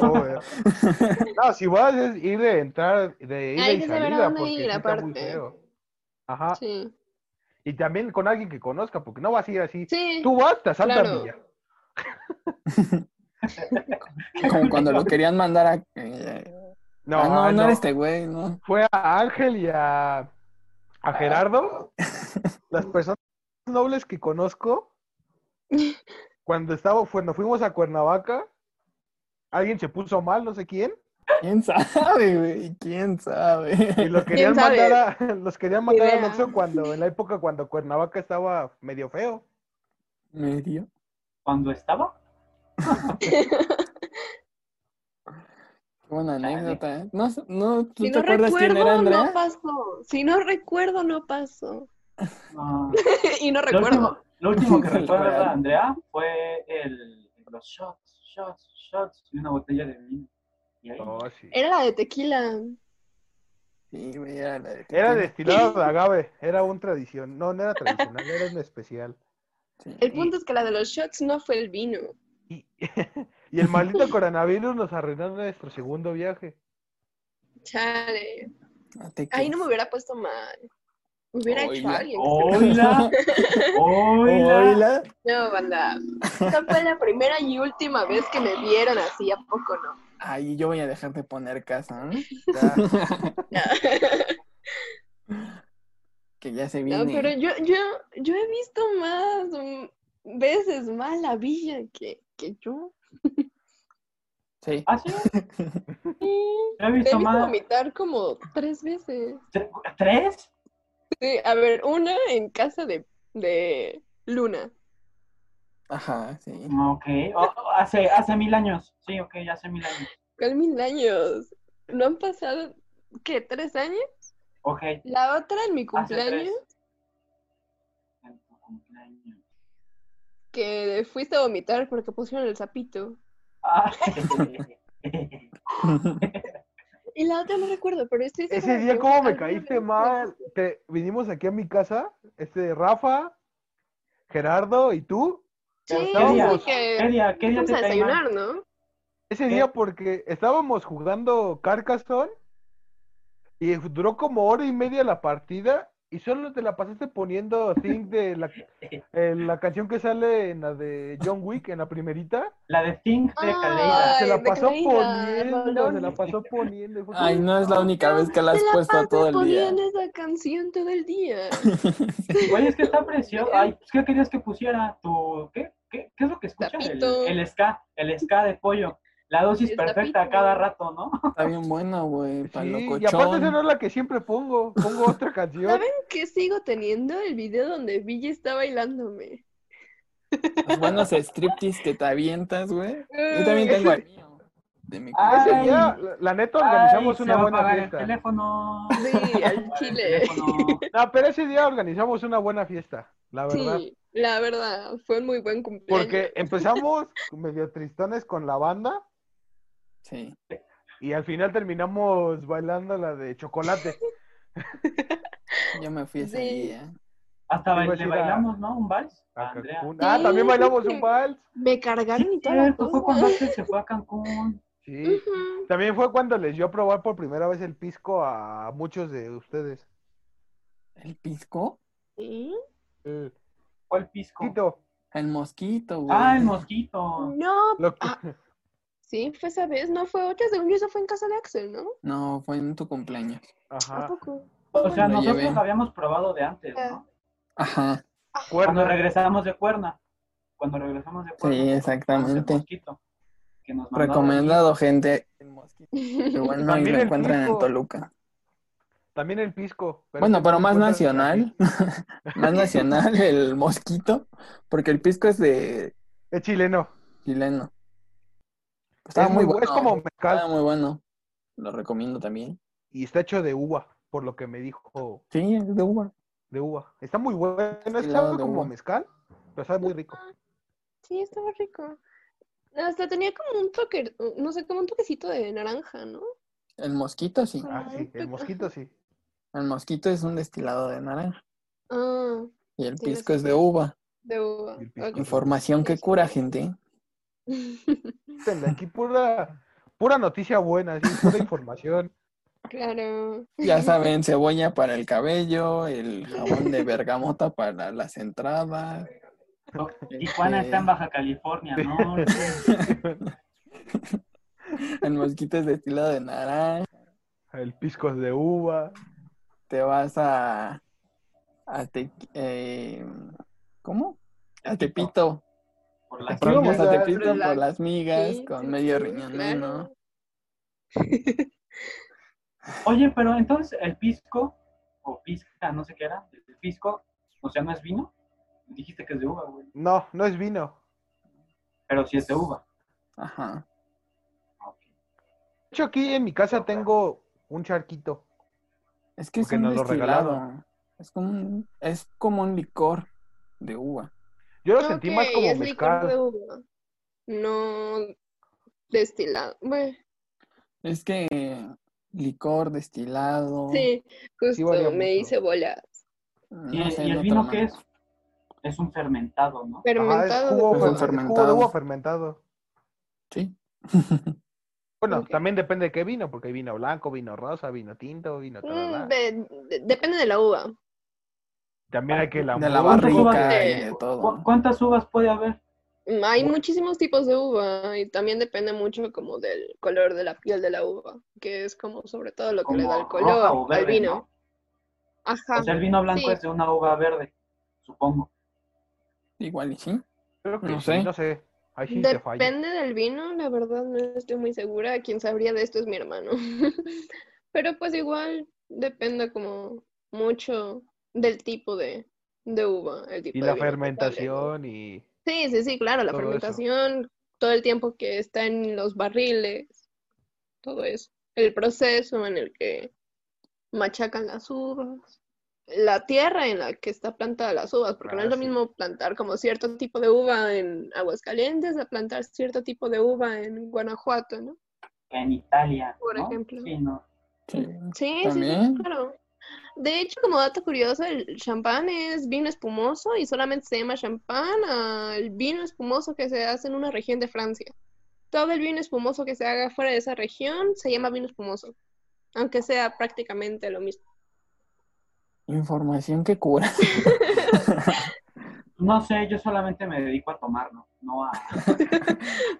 joder. No, si vas es ir de entrar, de ida
Hay
y
que saber a
salida,
dónde
porque
ir,
sí está muy
aparte.
feo. Ajá,
Sí.
y también con alguien que conozca, porque no vas a ir así.
Sí.
Tú vas, te asaltan
Claro.
y ya.
Como cuando lo querían mandar a. eh,
No,
ah, no, no,
no.
era este güey, ¿no?
Fue a Ángel y a, a Gerardo, las personas nobles que conozco, cuando estaba, cuando fuimos a Cuernavaca, alguien se puso mal, no sé quién,
¿Quién sabe, güey? ¿Quién
y
sabe?
los querían
sabe?
mandar a, los querían mandar al
idea.
Oxxo cuando, en la época cuando Cuernavaca estaba medio feo.
Medio.
Cuando estaba,
Qué buena anécdota, ¿eh? No, sé- no, ¿tú
Si
te
no
acuerdas quién era
recuerdo,
Andrea?
no pasó. Si no recuerdo, no pasó.
no.
y no
Ah, Lo
recuerdo.
último, lo último que
Recuerdo.
recuerdo de Andrea fue el, los shots, shots, shots y una botella de vino. Y ahí,
Oh, sí.
Era la de tequila.
Sí, güey, era la de.
Era destilado de agave, era un tradición, no, no era tradicional, era un especial.
Sí.
El punto es que la de los shots no fue el vino.
Y, y el maldito coronavirus nos arruinó nuestro segundo viaje.
Chale.
Ah, te
Ahí
quedas.
no me hubiera puesto mal. Me hubiera hecho
Oila.
alguien.
oh. ¡Hola! ¡Hola!
Hola.
No, banda. Esta fue la primera y última vez que me vieron así, ¿a poco no?
Ay, yo voy a dejar de poner casa, ¿no?
Ya.
Que ya se viene.
No, pero yo, yo, yo he visto más mm, veces más la villa que, que yo.
Sí.
¿Ah, sí?
Sí.
¿Te he
Te he
visto
visto
más?
vomitar como tres veces.
¿Tre- ¿Tres?
Sí, a ver, una en casa de, de Luna.
Ajá, sí.
No, Ok, Oh, hace, hace mil años. Sí, ok, hace mil años.
¿Cuál mil años? ¿No han pasado, qué, tres años?
Ok,
La otra en mi
hace tres.
cumpleaños,
En tu cumpleaños.
que fuiste a vomitar porque pusieron el sapito.
Ah.
Y la otra no recuerdo, pero estoy
Ese
segura
día
que
cómo me
alguna
caíste
vez-
mal. Te vinimos aquí a mi casa, este Rafa, Gerardo y tú.
Sí,
¿Qué
día?
sí, que
¿Qué día? ¿Qué día
vamos
te
a
caí mal?
desayunar, ¿no?
Ese día porque estábamos jugando Carcassonne y duró como hora y media la partida y solo te la pasaste poniendo think de la, eh, la canción que sale en la de John Wick en la primerita.
La de Think de
Ah.
Calera.
Ay,
se la
de
pasó
Caleida,
poniendo, se la
Rolón.
pasó poniendo. y fue
Ay,
como,
no es la única vez que la has
Te la
puesto
pasas
todo el día.
poniendo esa canción todo el día.
Güey, es que está precioso. Ay, pues, ¿qué querías que pusiera? ¿Tu qué? ¿Qué, qué es lo que escuchas? El,
Tapito.
el ska, el ska de pollo. La dosis
El
perfecta
tapito.
cada rato, ¿no?
Está bien buena, güey. Para
Sí, y aparte esa
locochón.
no es la que siempre pongo, pongo otra canción.
¿Saben que sigo teniendo el video donde Villa está bailándome?
Los buenos striptease que te avientas, güey. Yo también
Ay,
tengo
Eh, ese- Ah,
el mío. De mi
Ay,
Ese día, la- la neta, organizamos
Ay,
una
se va a
buena
apagar el
fiesta.
teléfono.
Sí, al chile.
El teléfono.
No, pero ese día organizamos una buena fiesta, la verdad.
Sí, la verdad, fue un muy buen cumpleaños.
Porque empezamos medio tristones con la banda
Sí.
y al final terminamos bailando la de chocolate.
Yo me fui ese
Sí.
día.
Hasta
Iba a
bail-
decir
le
a-
bailamos, ¿no? Un vals.
a
Andrea.
Cancún. Ah, también bailamos un vals.
Me cargaron y toda la
Cierto, fue cuando
cosa.
Axel se fue a Cancún.
Sí.
Ujú.
También fue cuando les dio a probar por primera vez el pisco a muchos de ustedes.
¿El pisco?
Sí.
El,
¿Cuál pisco?
Quito.
El mosquito, güey.
Ah, el mosquito.
No,
Lo que-
sí, fue esa vez, no fue otra, según yo eso fue en casa de Axel, ¿no?
No, fue en tu cumpleaños.
¿A
Ajá.
poco?
O sea,
Lo
nosotros
llevé.
habíamos probado de antes, ¿no?
Ajá,
Cuando
Cuerno.
regresamos de Cuerna. Cuando regresamos de Cuerna.
pues,
sí,
probamos el
exactamente.
mosquito que nos mandaron.
Recomendado, gente. El mosquito. Igual no
También
lo
el
encuentran en
pisco.
Toluca.
También el pisco.
Bueno,
ese
pero
no
más
lo encuentras
nacional.
aquí.
más nacional el mosquito. Porque el pisco es de
Es chileno.
chileno.
Es,
Estaba muy
muy bu-
bueno.
es como mezcal
Estaba Ah, muy bueno. Lo recomiendo también.
y está hecho de uva, por lo que me dijo
Sí, es de uva.
de uva. Está muy bueno. Es
Destilado
sabe
de
como
uva.
mezcal, pero sabe muy rico.
Sí, estaba rico. Hasta tenía como un toque, no sé, como un toquecito de naranja, ¿no?
El mosquito, sí.
Ah, sí, el mosquito sí.
El mosquito es un destilado de naranja.
Ah,
Y el
Sí,
pisco
sí.
es de uva.
de uva.
El pisco.
ok.
Información que cura, gente.
Tenle Aquí pura, pura noticia buena, así, pura información.
Claro.
Ya saben, cebolla para el cabello, el jabón de bergamota para las entradas.
Tijuana
Este,
está en Baja California, ¿no?
El mosquito es destilado de naranja.
El pisco es de uva.
Te vas a. a te, eh, ¿Cómo? A Tepito.
Por
Te
la
Compramos
Compramos a
migas.
Tepito por las migas
Sí,
con
sí,
medio
sí,
riñón,
claro.
¿no?
Oye, pero entonces el pisco, o pisca, no sé qué era, el pisco, o sea, no es vino. Dijiste que es de uva, güey.
No, no es vino.
Pero sí es de uva.
Ajá.
Ok.
De hecho, aquí en mi casa tengo un charquito.
Es que es
Porque
un
nos lo
destilado.
regalaron.
Es como, un, es como un licor de uva.
Yo lo
Ok,
sentí más como
es licor de
mezcal.
uva. No destilado. Bueno,
Es que licor, destilado.
sí,
varía
justo me
mucho. Ah,
hice bolas.
no
¿Y, el-
sé,
y
de
el
otra
vino qué
manera.
es? Es un fermentado, ¿no?
Ajá, es
Fermentado.
jugo,
Es un
fer- es jugo de
fermentado.
uva fermentado.
Sí.
Bueno,
Ok.
también depende de qué vino, porque hay vino blanco, vino rosa, vino tinto, vino...
Mm,
tarará.
de- de- depende de la uva.
También hay que la
de la
mol-
¿Cuántas uvas?
barrica y
de-
de
¿Cu-
todo.
¿Cuántas uvas puede haber?
Mm, Hay muchísimos tipos de uva y también depende mucho como del color de la piel de la uva, que es como sobre todo lo que le da el
Como roja o
color al
verde,
vino.
¿no?
Ajá.
O sea, el vino blanco
Sí.
es de una uva verde, supongo.
Igual y sí.
Creo que
No
no
sé.
sé. No sé. Ahí sí te fallo.
Depende del vino, la verdad no estoy muy segura. Quien sabría de esto es mi hermano. Pero pues igual depende como mucho del tipo de, de uva. El tipo
Y
de
la
vino que sale, ¿no?
fermentación y...
Sí, sí, sí, claro, la
Todo eso.
fermentación, todo el tiempo que está en los barriles, todo eso. El proceso en el que machacan las uvas, la tierra en la que está plantada las uvas, porque no es
Ah,
lo
sí.
mismo plantar como cierto tipo de uva en Aguascalientes a plantar cierto tipo de uva en Guanajuato, ¿no?
En Italia.
Por
¿no?
ejemplo.
Sí, no.
Sí.
Sí, sí, sí,
También.
claro. De hecho, como dato curioso, el champán es vino espumoso y solamente se llama champán al vino espumoso que se hace en una región de Francia. Todo el vino espumoso que se haga fuera de esa región se llama vino espumoso, aunque sea prácticamente lo mismo.
Información que cura.
No sé, yo solamente me dedico a tomarlo, no a,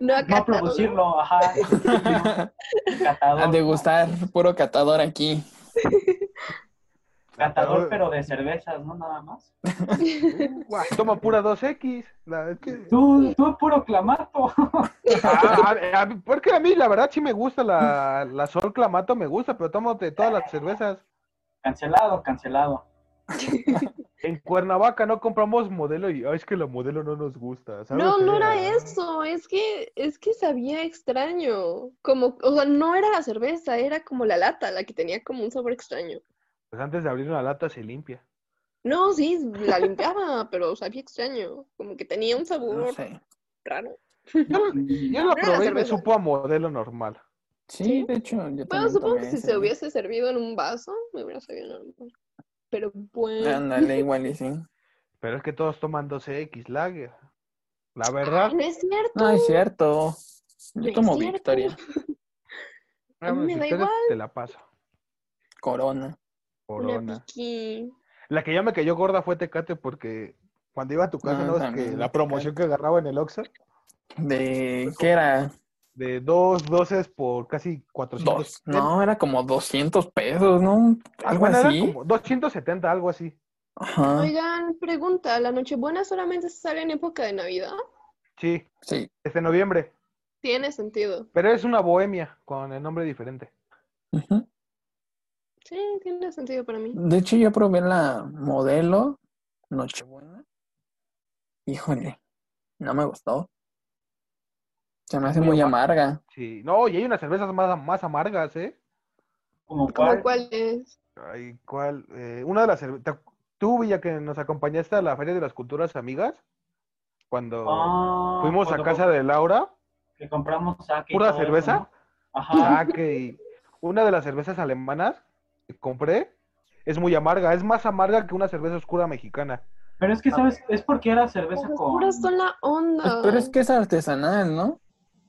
No
no pues a
acá
producirlo, ajá. Catador,
A degustar puro catador aquí.
Catador, pero de cervezas, ¿no? Nada más.
Guau, Toma pura 2X. La... es que-
Tú, tú puro clamato.
Ah, a- a- porque a mí la verdad sí me gusta la, la Sol Clamato, me gusta, pero tomo de todas las cervezas.
Cancelado, cancelado.
En Cuernavaca no compramos modelo y "Ay, es que la modelo no nos gusta. ¿sabes?
No, no
Ah.
era eso, es que, es que sabía extraño. Como, o sea, no era la cerveza, era como la lata, la que tenía como un sabor extraño.
Pues antes de abrir una lata se limpia.
No, sí, la limpiaba, pero sabía extraño, como que tenía un
No
sabor
sé.
raro.
Yo, yo la
Era la
probé y me
cerveza.
supo a modelo normal.
Sí,
Sí.
de hecho, yo
Bueno,
también
supongo
tomé
que si
ese.
se hubiese servido en un vaso, me hubiera sabido normal. Pero bueno,
Ándale, igual y sí.
Pero es que todos toman 12X Lager. La
Ay,
verdad,
no es cierto.
No, es cierto. Yo
es
tomo
cierto.
Victoria.
a mí me da
si quieres,
igual.
te la paso.
Corona.
Una
Corona.
piqui.
La que ya me cayó gorda fue Tecate porque Cuando iba a tu casa,
Ah,
¿no? Es
también,
que
en
la
tu
promoción que agarraba en el Oxxo
¿De qué era?
de dos doces por casi 400.
Dos. No, era como 200 pesos, ¿no? Algo
Bueno, era
así.
como 270, algo así.
Ajá.
Oigan, pregunta, ¿la Nochebuena solamente sale en época de Navidad?
Sí,
Sí.
desde noviembre.
Tiene sentido.
Pero es una bohemia con el nombre diferente.
Ujú.
Sí, tiene sentido para mí.
De hecho, yo probé la modelo Nochebuena. Híjole, no me gustó. Se me hace
Muy
muy amarga.
Sí, no, y hay unas cervezas más, más amargas, ¿eh?
Como
¿Cómo
cuál,
cuál es?
Ay, ¿cuál? Eh, una de las cervezas. Tú, Villa, que nos acompañaste a la Feria de las Culturas Amigas, cuando
Ah,
fuimos
cuando
a casa de Laura,
Que compramos sake. y
¿Pura
todo eso,
cerveza?
¿no? Ajá.
saque y Ah, una de las cervezas alemanas que compré es muy amarga, es más amarga que una cerveza oscura mexicana.
Pero es que, ¿sabes? Es porque era cerveza
Las
con...
puras son la
Pues,
onda.
pero es que es artesanal, ¿no?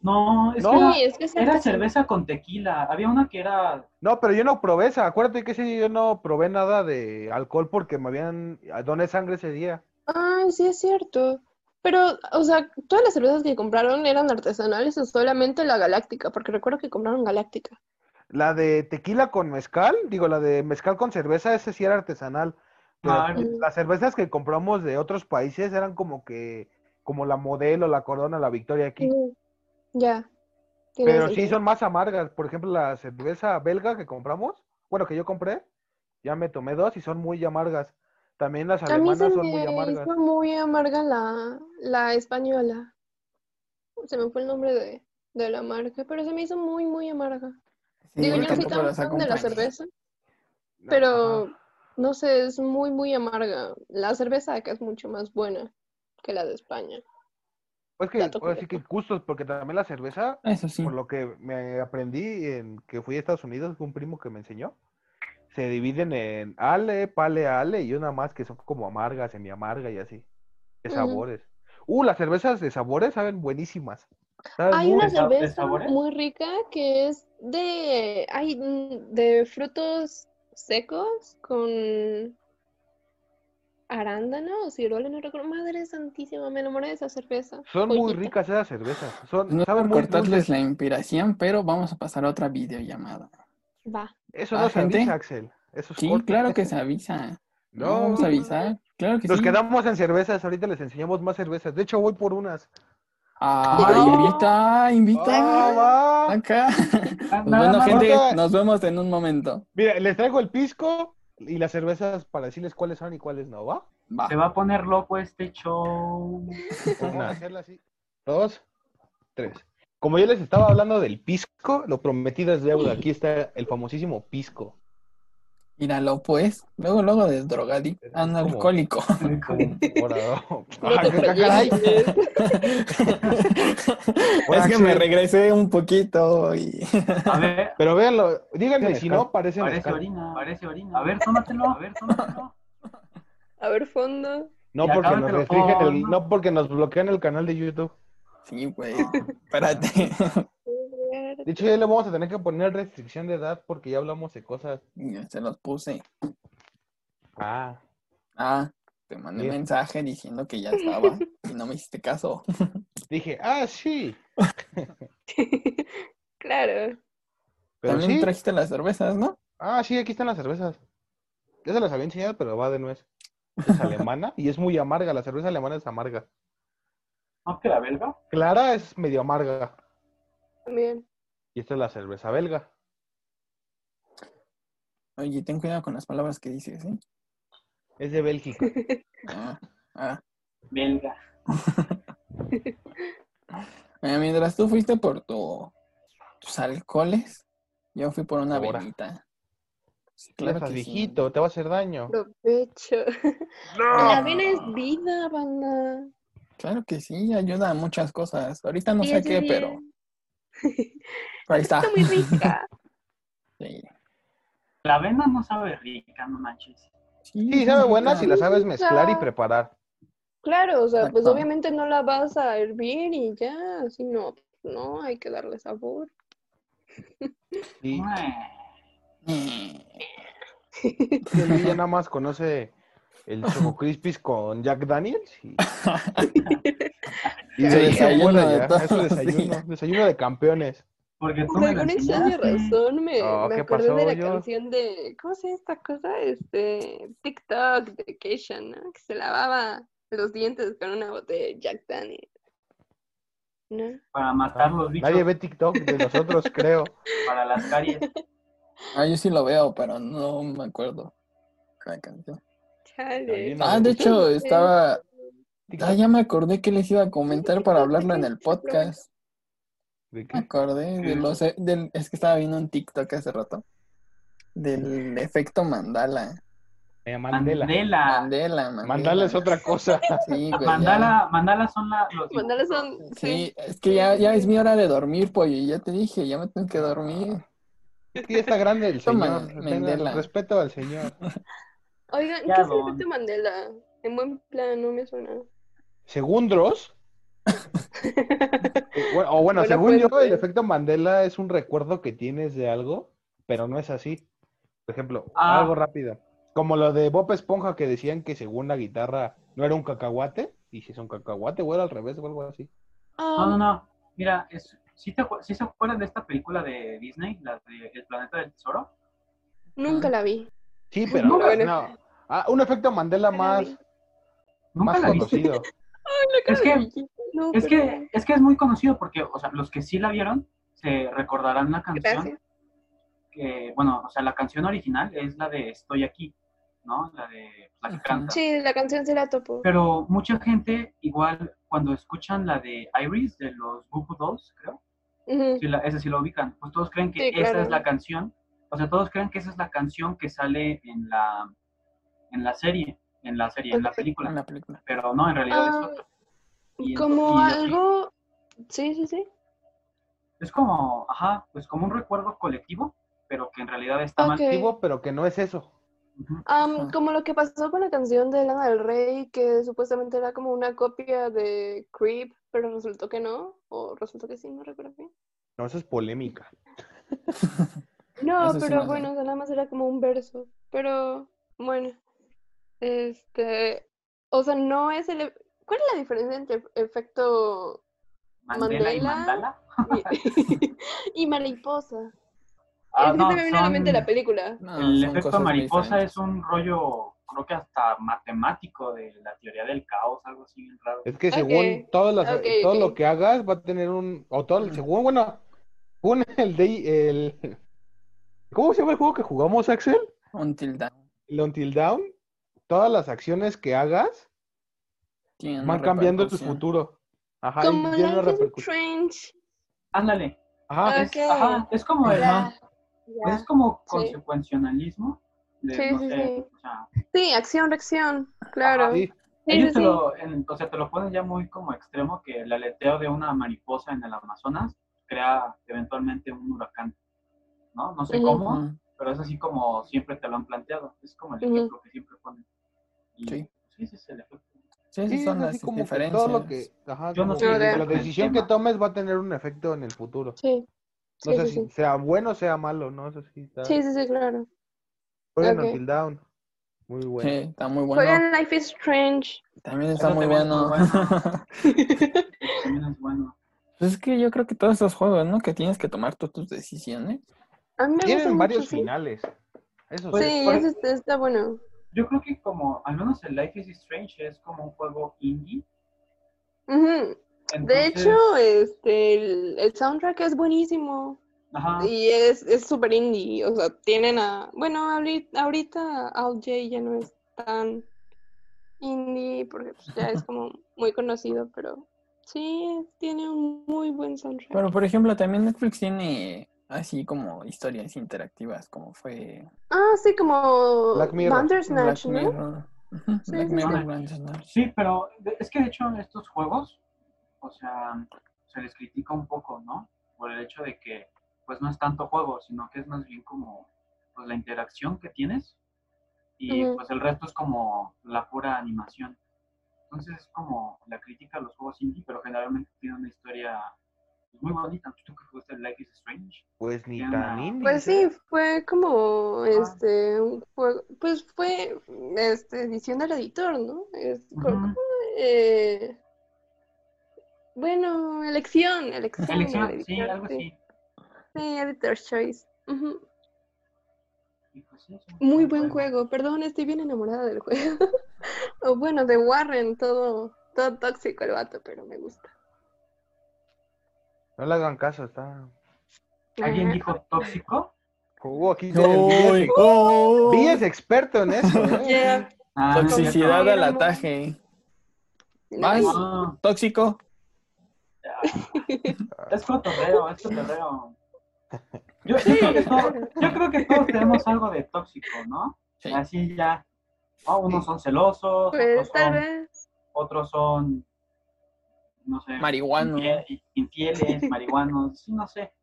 No, es
No.
que era,
Sí, es que es
era
artesanal.
cerveza con tequila. Había una que era...
No, pero yo no probé esa, acuérdate que ese día yo no probé nada de alcohol porque me habían doné sangre ese día.
Ay, sí es cierto. Pero, o sea, todas las cervezas que compraron eran artesanales o solamente la Galáctica, porque recuerdo que compraron Galáctica.
La de tequila con mezcal, digo, la de mezcal con cerveza, ese sí era artesanal. Pero
Ah,
las cervezas que compramos de otros países eran como que, como la modelo, la corona, la victoria aquí.
Mm, Ya. Tiene
Pero sí
sentido.
son más amargas. Por ejemplo, la cerveza belga que compramos, bueno, que yo compré, ya me tomé dos y son muy amargas. También las
A mí se
alemanas son muy
me
amargas.
hizo muy amarga la, la española. Se me fue el nombre de, de la marca, pero se me hizo muy, muy amarga.
Sí,
Digo,
yo
yo no soy
tampoco
tan
las
fan de la
acompañé.
cerveza, pero
Ajá.
no sé, es muy, muy amarga. La cerveza de acá es mucho más buena que la de España.
Pues que,
dato
ahora sí que gustos, porque también la cerveza,
Eso sí.
por lo que me aprendí en que fui a Estados Unidos, un primo que me enseñó, se dividen en ale, pale, ale y una más que son como amargas, semi amarga y así, de
Ujú.
sabores. Uh, las cervezas de sabores saben buenísimas. Saben
Hay
muy-
una
¿De sab- de
cerveza
sabores?
muy rica que es de, ay, mm, de frutos secos con arándano o ciruela, no recuerdo. Madre santísima, me enamoré de esa cerveza.
Son muy
Joyita.
ricas esas cervezas. Son,
No es
saben
por
muy
cortarles
dulces.
la inspiración, pero vamos a pasar a otra videollamada.
Va.
Eso
Ah,
no se
gente.
avisa, Axel. Eso es
Sí,
corto.
claro que se avisa. No,
No,
vamos a avisar. Claro que
nos
sí.
quedamos en cervezas. Ahorita les enseñamos más cervezas. De hecho, voy por unas.
Ah,
No.
invita, invita.
Ah, va.
Acá.
Ah,
Pues
nada
bueno,
más.
gente,
ahorita-
nos vemos en un momento.
Mira, les traigo el pisco y las cervezas para decirles cuáles son y cuáles no, ¿va?
Va.
Se va a poner loco este show.
Vamos a hacerla así. Dos, tres. Como yo les estaba hablando del pisco, lo prometido es deuda. Aquí está el famosísimo pisco.
Míralo, pues. Luego, luego de drogadicto.
Es
Ah, no,
como-
alcohólico.
Como morado.
No
Ah,
te
qué caray.
preocupes.
es que me
Axel.
regresé un poquito y.
A ver,
Pero véanlo, díganme
mezcal.
si no parece
parece
mezcal.
orina. Parece orina. A ver, tómatelo. A ver, tómatelo.
A ver, fondo.
No
Ya,
porque nos
cámbiatelo,
restringen el-
pon.
no porque nos bloquean el canal de YouTube.
Sí, güey. Espérate.
De hecho, ya le vamos a tener que poner restricción de edad porque ya hablamos de cosas.
Niño, Se los puse.
Ah.
Ah, te mandé
Bien.
mensaje diciendo que ya estaba y no me hiciste caso.
Dije, ah, sí.
Claro.
Pero
También
sí.
trajiste las cervezas, ¿no?
Ah, sí, aquí están las cervezas. Ya se las había enseñado, pero va de nuez. Es alemana y es muy amarga. La cerveza alemana es amarga.
¿No que la belga?
Clara es medio amarga.
Bien.
Y esta es la cerveza belga.
Oye, ten cuidado con las palabras que dices, ¿eh?
Es de Bélgica.
Ah, ah.
Belga.
Mira, mientras tú fuiste por tu, tus alcoholes, yo fui por una
Ahora.
velita.
Claro
que
estás
sí.
viejito, te va a hacer daño.
Provecho.
No.
La vena es vida, banda.
Claro que sí, ayuda a muchas cosas. Ahorita no sé
Diez de
qué,
diez.
pero ahí está.
Está muy rica.
Sí,
La avena no sabe rica, no manches.
Sí, sabe buena
buenas
si la sabes mezclar y
Bélgica.
preparar.
Claro, o sea, pues
Exacto.
obviamente no la vas a hervir y ya, sino, no, hay que darle sabor.
Y
Ué.
el Villa nada más conoce El Choco Crispis con Jack Daniels. Y, y
Su
de ahí se
desayuno
vuela
de
ya.
todos
Es su
los
desayuno.
días.
Desayuno de campeones.
Porque tú
Por
me lo
alguna extraña
enseñaste.
razón me,
Oh,
me
¿qué
acordé
pasó,
de la
yo?
canción de, ¿cómo se llama esta cosa? Este, TikTok de Keisha, ¿no? Que se lavaba los dientes con una botella de Jack Daniels. ¿No?
para matar los bichos
Nadie ve TikTok de nosotros, creo.
para las caries.
Ah, yo sí lo veo, pero no me acuerdo. la canción.
Chale.
También,
Ah, de hecho, estaba. Ah,
TikTok.
ya me acordé que les iba a comentar para hablarlo en el podcast.
¿De qué?
Me acordé de los. eh, del- es que estaba viendo un TikTok hace rato. Del efecto mandala.
Eh, Mandela.
Mandela.
Mandela.
Mandala,
Mandela, mandala.
es otra cosa.
Sí, güey, ya.
Ah, mandala, son la, los
Mandalas
dibujitos.
son,
Sí,
sí.
es que ya, ya es mi hora de dormir, pollo. y Ya te dije, ya me tengo que dormir.
Es que ya está grande el
Toma,
señor.
Mandela.
Tengan Respeto al señor.
Oigan,
Ya,
¿qué es el
don.
efecto Mandela? En buen plan, no me suena.
Según Dross, eh, bueno, o bueno,
Bueno,
según
pues,
yo, el
eh.
efecto Mandela es un recuerdo que tienes de algo, pero no es así. Por ejemplo,
Ah.
algo rápido. Como lo de Bob Esponja que decían que según la guitarra no era un cacahuate, y si es un cacahuate, o era al revés o algo así.
No, no,
Ah,
no. Mira, es, ¿sí, te, acuer- sí se acuerdan de esta película de Disney, la de El Planeta del Tesoro?
nunca la vi.
Sí, pero
No,
no.
bueno.
Ah, un efecto Mandela
Pero
más,
vi.
Nunca
más
la vi.
conocido.
La cara
Es que-
de Vicky. No,
Es
perdón.
que, es que es muy conocido porque, o sea, los que sí la vieron se recordarán la canción
Gracias.
que, bueno, o sea, la canción original es la de Estoy aquí, ¿no? La de pues, la que
Ajá.
canta.
Sí, la canción se la topo.
Pero mucha gente, igual, cuando escuchan la de Iris, de los Goo Goo Dolls, creo,
Ujú.
Sí, la- esa sí la ubican. Pues todos creen que
Sí,
esa
claro.
es la canción. O sea, todos creen que esa es la canción que sale en la, en la serie, en la serie, en la
Ok.
En
película.
la película.
Pero no, en realidad es
Ah,
otra. Y-
como
y-
algo... Sí, sí, sí.
Es como, ajá, pues como un recuerdo colectivo, pero que en realidad está mal.
Ok.
Antiguo, pero que no es eso.
Ujú.
Am,
Ajá.
como lo que pasó con la canción de Lana del Rey, que supuestamente era como una copia de Creep, pero resultó que no, o resultó que sí, no recuerdo bien.
No, eso es polémica.
No,
Eso sí
pero
no sé.
bueno, o sea, nada más era como un verso. Pero bueno, este, o sea, no es el... e- ¿Cuál es la diferencia entre efecto
Mandela, y
Mandela.
Mandala.
y, y mariposa?
Ah,
es que
no,
se me vino a la
son-
mente la película.
No, Ah,
el
son
efecto
cosas muy
mariposa
diferentes.
es un rollo, creo que hasta matemático de la teoría del caos, algo así bien raro.
Es que
Ok,
según todas las-
ok,
todo
ok.
lo que hagas va a tener un... O todo, el- según, bueno, según el de... El, ¿Cómo se llama el juego que jugamos, Axel?
Un tilda.
El Until Down. Todas las acciones que hagas
Tiene una
van cambiando tu
repercusión.
futuro. Ajá,
Como
y tiene una
Life is
repercusión.
Strange.
Ándale.
Ajá,
Ah,
Es, ajá, es como el,
Ya, ya.
Es como
Sí.
consecuencialismo. de,
Sí,
no
sí,
sé,
sí.
o sea,
Sí, acción, reacción, claro.
Ajá,
sí.
Sí,
ellos
sí,
te
sí.
lo, en- o sea, te lo ponen ya muy como extremo que el aleteo de una mariposa en el Amazonas crea eventualmente un huracán, ¿no? No sé
Ujú.
cómo,
Ujú.
pero es así como siempre te lo han planteado. Es como el
Ujú.
ejemplo que siempre ponen. Y,
Sí.
Sí, ese es el efecto.
Sí,
Sí,
sí,
es
son las
así como que
diferencias.
todo lo que... Ajá,
Yo no
como
sé
que
de-
la decisión
el
que
tema.
tomes va a tener un efecto en el futuro.
Sí.
No
Sí,
sé
sí,
si
sí.
sea bueno o sea malo, ¿no? Eso sí está...
Sí, sí, sí, claro.
Jueguen
ok.
Until Down. Muy
Sí,
bueno.
está muy bueno.
Juegan Life is Strange.
También está
Eso
muy
también es
bueno.
muy También es bueno.
Pues es que yo creo que todos esos juegos, ¿no? Que tienes que tomar tú tus decisiones.
A mí me
Tienen
gustan
varios
mucho, sí.
finales. Eso
Pues,
sí,
por-
ese está, está bueno.
Yo creo que como, al menos el Life is Strange es como un juego indie.
Ujú. De
entonces-
hecho, este, el, el soundtrack es buenísimo
ajá.
y es es súper indie. O sea, tienen a. Bueno, ahori- ahorita Al J ya no es tan indie porque pues, ya es como muy conocido, pero sí, tiene un muy buen soundtrack.
Pero, por ejemplo, también Netflix tiene así como historias interactivas, como fue
Ah, sí, como
Black Mirror.
Black
Bandersnatch, ¿no?
Mirror. Ujú,
Sí,
Black
sí,
Mirror,
sí.
Bandersnatch.
Sí, pero de- es que de hecho estos juegos, o sea, se les critica un poco, ¿no? Por el hecho de que, pues no es tanto juego, sino que es más bien como, pues la interacción que tienes y
Ujú.
pues el resto es como la pura animación. Entonces es como la crítica a los juegos indie, pero generalmente tiene una historia muy bonita. ¿Tú que jugaste Life is Strange?
Pues ni
Ya.
tan indie.
Pues sí, fue
Ah.
como, este, un juego- pues fue, este, edición del editor, ¿no? Es co-
Ujú.
¿cómo? Eh, bueno, elección, elección.
Elección, sí,
editor,
algo
sí.
así.
Sí, Editor's Choice. Ujú.
Y pues sí, es un
Muy buen juego, perdón, estoy bien enamorada del juego. o bueno, de Warren, todo, todo tóxico el vato, pero me gusta.
No le hagan caso, está.
¿Alguien
Ajá.
dijo tóxico?
Jugó aquí.
Uy,
Villas
oh.
es experto en eso. ¿eh?
Yeah.
Ah, no,
Toxicidad
no,
al
no.
ataque. Más.
Nice.
no.
Tóxico.
Ah, Es cotorreo, es cotorreo. Yo, yo creo que todos, yo creo que todos tenemos algo de tóxico, ¿no?
Sí.
Así ya. Ah, unos son celosos,
Pues
otros,
tal
son,
vez.
otros son, no sé,
Marihuano.
infie- infieles, marihuanos, sí, no sé.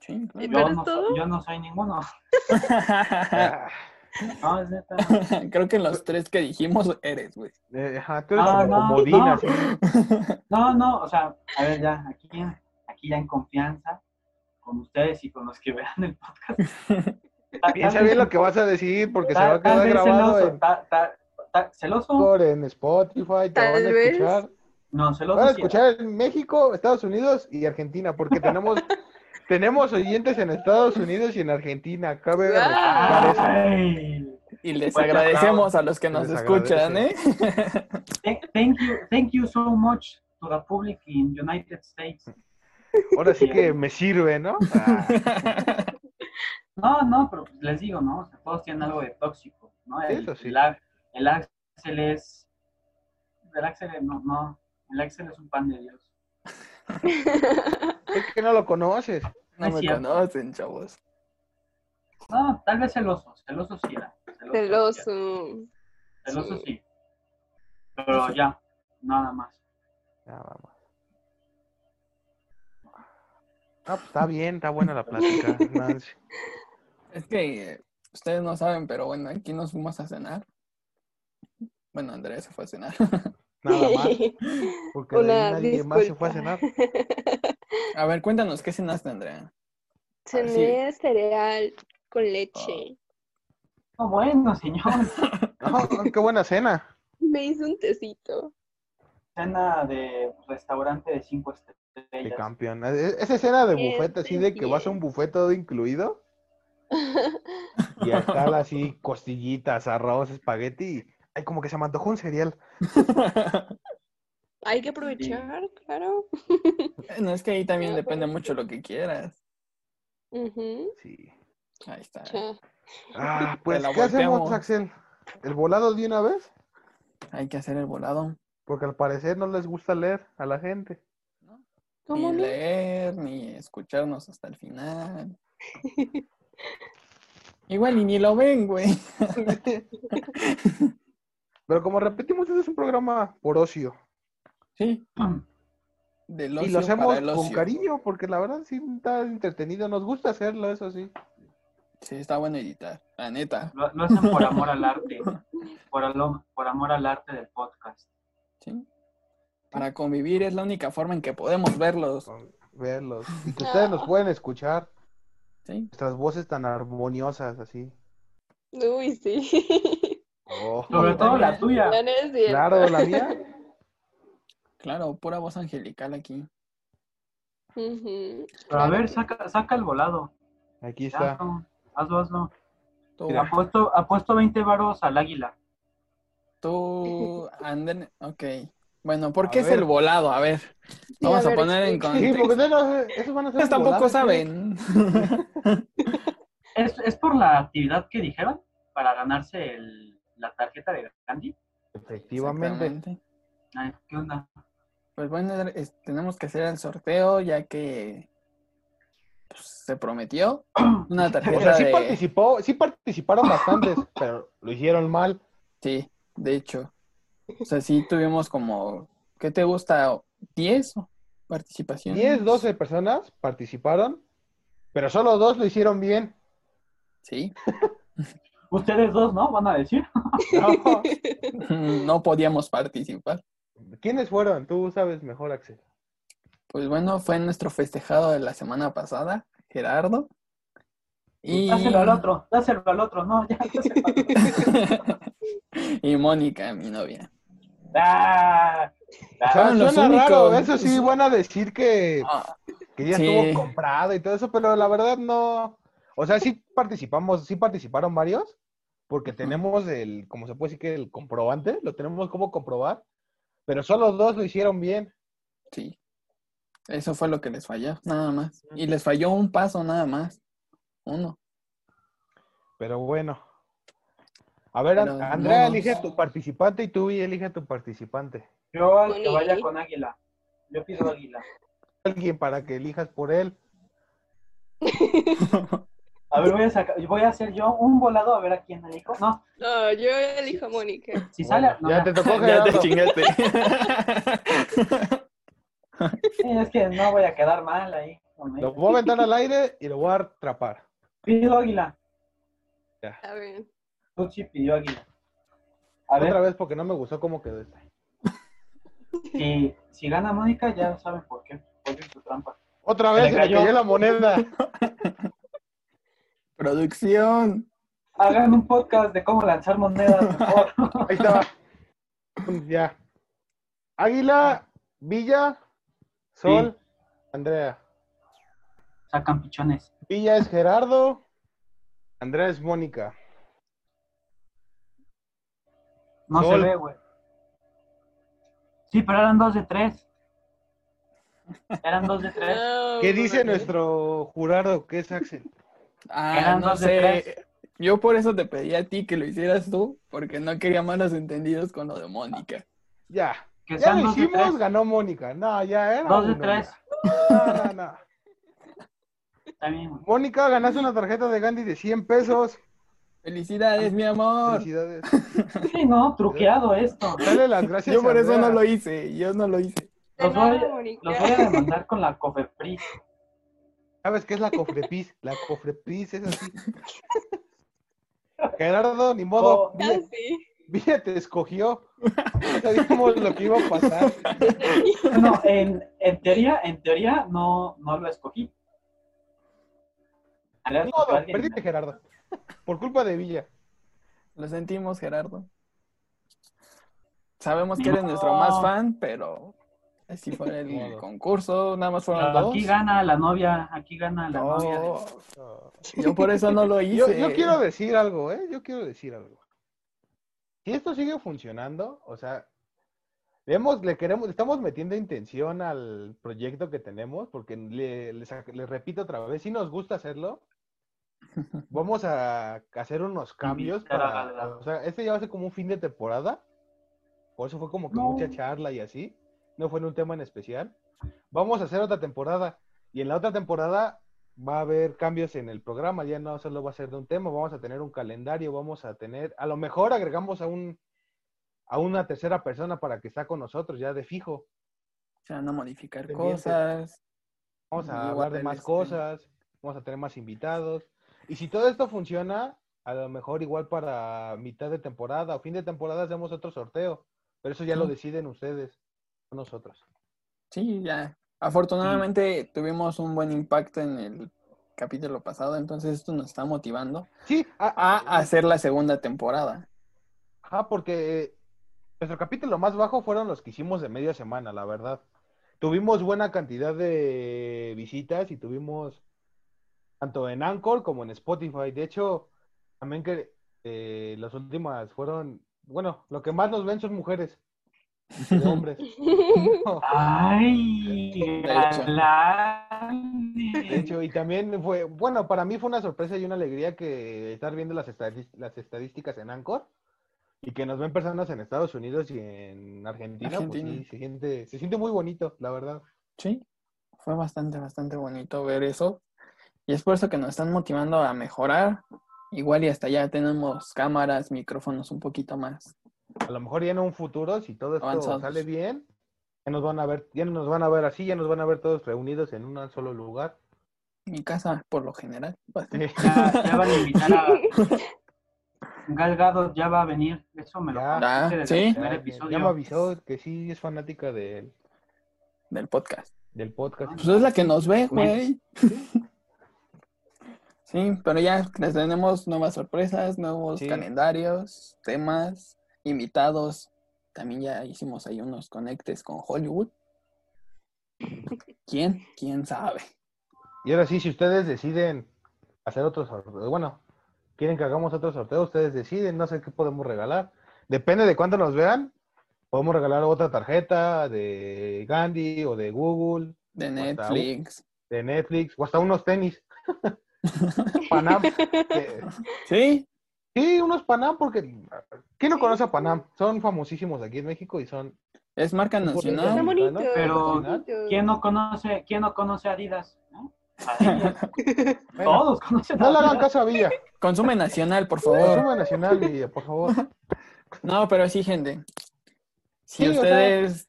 Sí,
Yo
¿Pero
no,
todo?
soy- yo no soy ninguno.
claro.
Ah,
No, es neta.
Creo que los tres que dijimos eres, güey.
eh, ajá, tú eres
Ah,
como
no,
comodín,
no.
así.
No, no, o sea, a ver, ya, aquí, aquí ya en confianza, con ustedes y con los que vean el podcast. Tal-
Piensa
tal vez-
bien lo que vas a decir porque se va
tal-
a
tal
quedar
vez
grabado
celoso,
en
tal- tal- tal- ¿Celoso?
Anchor, en Spotify, te
Tal
van a
vez.
escuchar.
No,
Te
celoso.
Van a
sí.
escuchar en México, Estados Unidos y Argentina porque tenemos tenemos oyentes en Estados Unidos y en Argentina. Cabe
Wow.
recalcar eso.
Ay.
Y les
Pues,
Bueno,
agradecemos a los que nos
les
escuchan, ¿eh?
Thank thank you, thank you so much to the public in United States.
Ahora sí que me sirve, ¿no? Ah,
No, no, pero pues les digo, ¿no? O sea, todos tienen algo de tóxico, ¿no? El,
Eso sí.
el a- el Axel es... El Axel no, no. El Axel es un pan de Dios.
es que no lo conoces.
No
Es
me
cierto.
conocen, chavos.
No, tal vez celoso, celoso sí era. Celoso. sí era.
Celoso.
Celoso
sí.
sí. Pero ya, nada más.
Ah, vamos. Ah, pues está bien, está buena la plática, Nancy.
Es que eh, ustedes no saben, pero bueno, aquí nos fuimos a cenar. Bueno, Andrés se fue a cenar.
Nada Ah, más, porque de ahí
Una
nadie más se fue a
disculpa.
cenar.
A ver, cuéntanos, ¿qué cenaste, Andrea?
Cené cereal con leche.
No, bueno, señor.
Ah, qué buena cena.
Me hice un tecito.
Cena de restaurante de cinco
Qué
estrellas.
campeón. E- Esa cena de
Qué
bufete, así de que vas a un buffet todo incluido y acá así costillitas, arroz, espagueti. Ay, como que se me antojó un cereal.
Hay que aprovechar, claro.
No, es que ahí también depende mucho lo que quieras.
Ujú,
Sí.
Ahí está.
cha.
Ah, pues,
la
¿qué hacemos,
volteamos.
Axel? ¿El volado de una vez?
Hay que hacer el volado.
Porque al parecer no les gusta leer a la gente.
¿Cómo
ni
no?
leer, ni escucharnos hasta el final. Igual y ni lo ven, güey.
Pero como repetimos, este es un programa por ocio.
Sí. Del
y
ocio
lo hacemos
para el
con
ocio.
cariño, porque la verdad sí está entretenido. Nos gusta hacerlo, eso sí.
Sí, está bueno editar, la neta.
Lo, lo hacen por amor al arte. Por, alo- por amor al arte del podcast.
¿sí? Para convivir es la única forma en que podemos verlos.
Verlos. Y
Ah.
que ustedes nos pueden escuchar.
¿sí?
Nuestras voces tan armoniosas, así.
Uy, sí.
Oh.
Sobre todo la tuya.
Ya no es cierto.
Claro, la mía.
Claro, pura voz angelical aquí.
Ujú.
Pero a ver, saca, saca el volado.
Aquí
Ya,
está.
no, hazlo, hazlo.
Tú,
Mira.
Apuesto, apuesto 20 varos al águila.
tú, anden. Ok. Bueno, ¿por
A
qué es
ver.
el volado? A ver, vamos
a
a,
ver,
poner en
explica.
Sí,
contexto.
porque ustedes no- esos van a ser
Ustedes tampoco
volados, ¿sí?
saben.
¿Es, es por la actividad que dijeron para ganarse el- la tarjeta de Gandhi?
Efectivamente.
Exactamente.
Ay, ¿Qué onda?
Pues bueno, es- tenemos que hacer el sorteo ya que pues, se prometió una
O
tarjeta
sea, sí,
de...
participó, sí participaron bastantes, pero lo hicieron mal.
Sí, de hecho. O sea, sí tuvimos como, ¿qué te gusta? ¿10 participaciones?
10, 12 personas participaron, pero solo dos lo hicieron bien.
Sí.
Ustedes dos, ¿no? Van a decir.
No.
No podíamos participar.
¿Quiénes fueron? Tú sabes mejor, Axel.
Pues bueno, fue nuestro festejado de la semana pasada, Gerardo. Y,
Dáselo al otro, dáselo al otro, no, ya, dáselo al otro.
y Mónica, mi novia.
Ah, ah,
Fueron
suena
los
raro,
únicos.
eso sí, van a decir que,
Ah,
que ya
Sí.
estuvo comprado y todo eso, pero la verdad no. O sea, sí participamos, sí participaron varios, porque tenemos el, como se puede decir que el comprobante, lo tenemos como comprobar, pero solo dos lo hicieron bien.
sí. Eso fue lo que les falló, nada más. Y les falló un paso nada más. Uno.
Pero bueno. A ver,
Pero
An- Andrea,
no.
elige a tu participante y tú y elige a tu participante.
yo al que
Con
vaya
Lili.
con Águila. Yo pido Águila.
Alguien para que elijas por él.
A ver, voy a, sacar, voy a hacer yo un volado a ver a quién elijo. No,
No, yo elijo a Mónica.
si
Bueno,
sale. no,
ya
no.
te tocó
ya te
Gerardo.
chingaste.
Sí, es que no voy a quedar mal ahí.
Lo voy a aventar al aire y lo voy a atrapar.
Pido Águila.
A ver.
Tucci pidió Águila. A ver,
Otra vez porque no me gustó cómo quedó este.
si, si gana Mónica, ya saben por qué. Por su trampa.
Otra
Se
vez
le
se le
cayó.
cayó la moneda.
Producción.
Hagan un podcast de cómo lanzar monedas mejor.
Ahí estaba. Ya. Águila, Villa, Sol, Andrea.
Sacan pichones.
Villa es Gerardo, Andrea es Mónica.
No
Sol.
se ve, güey. Sí, pero eran dos de tres. Eran dos de tres.
No,
Ah, ¿Qué dice
pues,
nuestro jurado que es Axel?
Ah,
Eran
no
dos de
sé. Yo por eso te pedí a ti que lo hicieras tú, porque no quería malos entendidos con lo de Mónica.
Ya.
Que
Ya
sean
lo
dos de
hicimos,
tres.
ganó Mónica. No, ya era.
Dos de
uno,
tres.
ya. No, no, no.
Está bien, güey.
Mónica, ganaste una tarjeta de Gandhi de 100 pesos.
Felicidades, mi amor.
Felicidades.
Sí, no, truqueado esto.
Dale las gracias.
Yo por
a
eso no
Andrea.
lo hice, yo no lo hice.
de
Los
nada,
voy-
Mónica.
Los voy a demandar con la Cofepris.
¿Sabes qué es la cofrepis? La cofrepis es así. Gerardo, ni modo.
Oh.
Villa,
Ah, sí.
Villa te escogió. No sabíamos lo que iba a pasar.
No, en, en teoría, en teoría no, no lo escogí. Habría
Ni
escogido a
modo,
alguien.
perdiste, Gerardo. Por culpa de Villa.
Lo sentimos, Gerardo. Sabemos que
Ni
eres nuestro
modo.
más fan, pero así fue
Ni
el
modo.
concurso, nada más fueron
Pero
dos.
aquí gana la novia, aquí gana la
No,
novia.
yo por eso no lo hice.
Yo, yo quiero decir algo, ¿eh? Yo quiero decir algo. Si esto sigue funcionando, o sea, le, hemos- le queremos, le estamos metiendo intención al proyecto que tenemos, porque le, le sa- le repito otra vez, si nos gusta hacerlo, vamos a hacer unos cambios
Invitar a
para,
Galgado.
o sea, este ya va a ser como un fin de temporada, por eso fue como que
No.
mucha charla y así, no fue en un tema en especial. Vamos a hacer otra temporada y en la otra temporada va a haber cambios en el programa, ya no solo va a ser de un tema, vamos a tener un calendario, vamos a tener, a lo mejor agregamos a un a una tercera persona para que está con nosotros ya de fijo.
Se van a modificar
Pendiente.
cosas.
Vamos
Y luego
a hablar de
tener
más
este-
cosas, vamos a tener más invitados. Y si todo esto funciona, a lo mejor igual para mitad de temporada o fin de temporada hacemos otro sorteo, pero eso ya lo
Sí.
deciden ustedes, no nosotros.
Sí, ya. Afortunadamente tuvimos un buen impacto en el capítulo pasado, entonces esto nos está motivando
Sí, ah,
a hacer la segunda temporada.
Ajá, porque eh, nuestro capítulo más bajo fueron los que hicimos de media semana, la verdad. Tuvimos buena cantidad de visitas y tuvimos tanto en Anchor como en Spotify. De hecho, también que eh, las últimas fueron, bueno, lo que más nos ven son mujeres, que de hombres. No,
Ay,
hecho.
galán.
de hecho, y también fue, bueno, para mí fue una sorpresa y una alegría que estar viendo las, estadis- las estadísticas en Anchor y que nos ven personas en Estados Unidos y en Argentina, pues
Argentina.
sí, se siente, se siente muy bonito, la verdad.
Sí, fue bastante, bastante bonito ver eso. Y es por eso que nos están motivando a mejorar. Igual y hasta ya tenemos cámaras, micrófonos un poquito más.
A lo mejor ya en un futuro, si todo esto
Avanzados.
sale bien, ya nos van a ver, ya no nos van a ver así, ya nos van a ver todos reunidos en un solo lugar.
Mi casa, por lo general. va a ser-
Ya, ya van a invitar a Galgado, ya va a venir. Eso me lo
Ya.
contaste desde
Ya,
el
sí.
primer
Ya me-
episodio.
Ya me avisó que sí es fanática de él.
Del podcast.
del podcast.
Pues es la que nos ve, güey. Sí, pero ya les tenemos nuevas sorpresas, nuevos
Sí.
calendarios, temas, invitados. También ya hicimos ahí unos conectes con Hollywood. ¿Quién? ¿Quién sabe?
Y ahora sí, si ustedes deciden hacer otro sorteo, bueno, quieren que hagamos otro sorteo, ustedes deciden, no sé qué podemos regalar. Depende de cuánto nos vean, podemos regalar otra tarjeta de Gandhi o de Google,
De
Hasta
Netflix.
de Netflix, o hasta unos tenis. Panam. eh,
Sí,
Sí, unos Panam, porque ¿quién no
Sí.
conoce a Panam? Son famosísimos aquí en México y son...
es marca
Está
nacional.
bonito.
Pero,
está bonito.
¿Quién no conoce, quién no conoce Adidas? ¿no? Adidas, todos conocen
No le hagan
Adidas.
caso a Villa.
Consume nacional, por favor.
Consume Nacional, Villa, por favor.
No, pero sí, gente. Si
Sí, o sea-
ustedes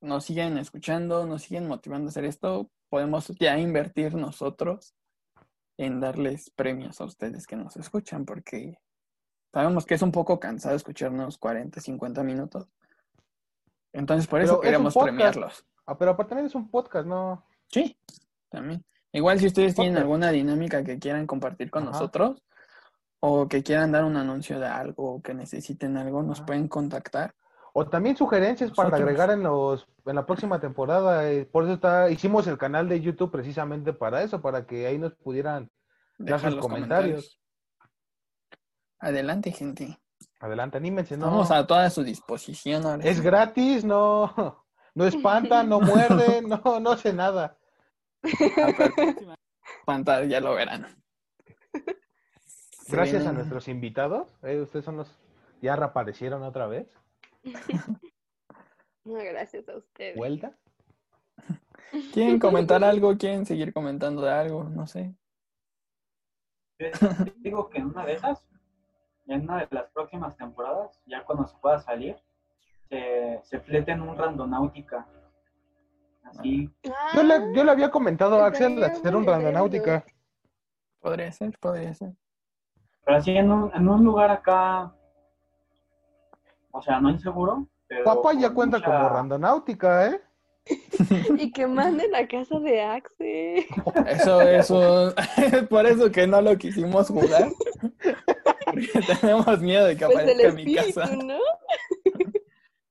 nos siguen escuchando, nos siguen motivando a hacer esto, podemos ya invertir nosotros en darles premios a ustedes que nos escuchan, porque sabemos que es un poco cansado escucharnos 40, 50 minutos. Entonces, por
Pero es
eso
un
queremos
podcast.
premiarlos.
Ah, pero aparte también es un podcast, ¿no?
Sí, también. Igual si ustedes tienen
Podcast.
alguna dinámica que quieran compartir con
Ajá.
nosotros o que quieran dar un anuncio de algo o que necesiten algo, nos
Ajá.
pueden contactar.
O también sugerencias para
Nosotros.
agregar en los en la próxima temporada. eh, Por eso está, hicimos el canal de YouTube precisamente para eso, para que ahí nos pudieran. Deja
Dejar
sus
los comentarios. Adelante, gente.
Adelante, anímense, ¿no?
Estamos a toda su disposición ahora
Es
sí.
gratis, no, no espanta, no muerde, no, no hace nada.
A partir de la pantalla, ya lo verán. Se
Gracias a
vienen-
nuestros invitados. eh, ustedes son los. Ya reaparecieron otra vez.
No, gracias a ustedes.
Vuelta.
¿Quieren comentar algo? ¿Quieren seguir comentando de algo? No sé.
Yo Eh, Digo que en una de esas, en una de las próximas temporadas, ya cuando se pueda salir, se, se fleten un randonáutica. Así,
Ah,
Yo le, yo le había comentado a Axel
Estaría
hacer un
bueno, estaría
randonáutica.
Podría ser, podría ser.
pero así en un, en un lugar acá, o sea, no inseguro, pero...
Papá ya
con
cuenta
mucha-
como randonáutica, ¿eh?
Y que manden a casa de Axel.
Eso es un... Por eso que no lo quisimos jugar. Porque tenemos miedo de que
Pues el
aparezca en mi
espíritu,
casa.
¿no?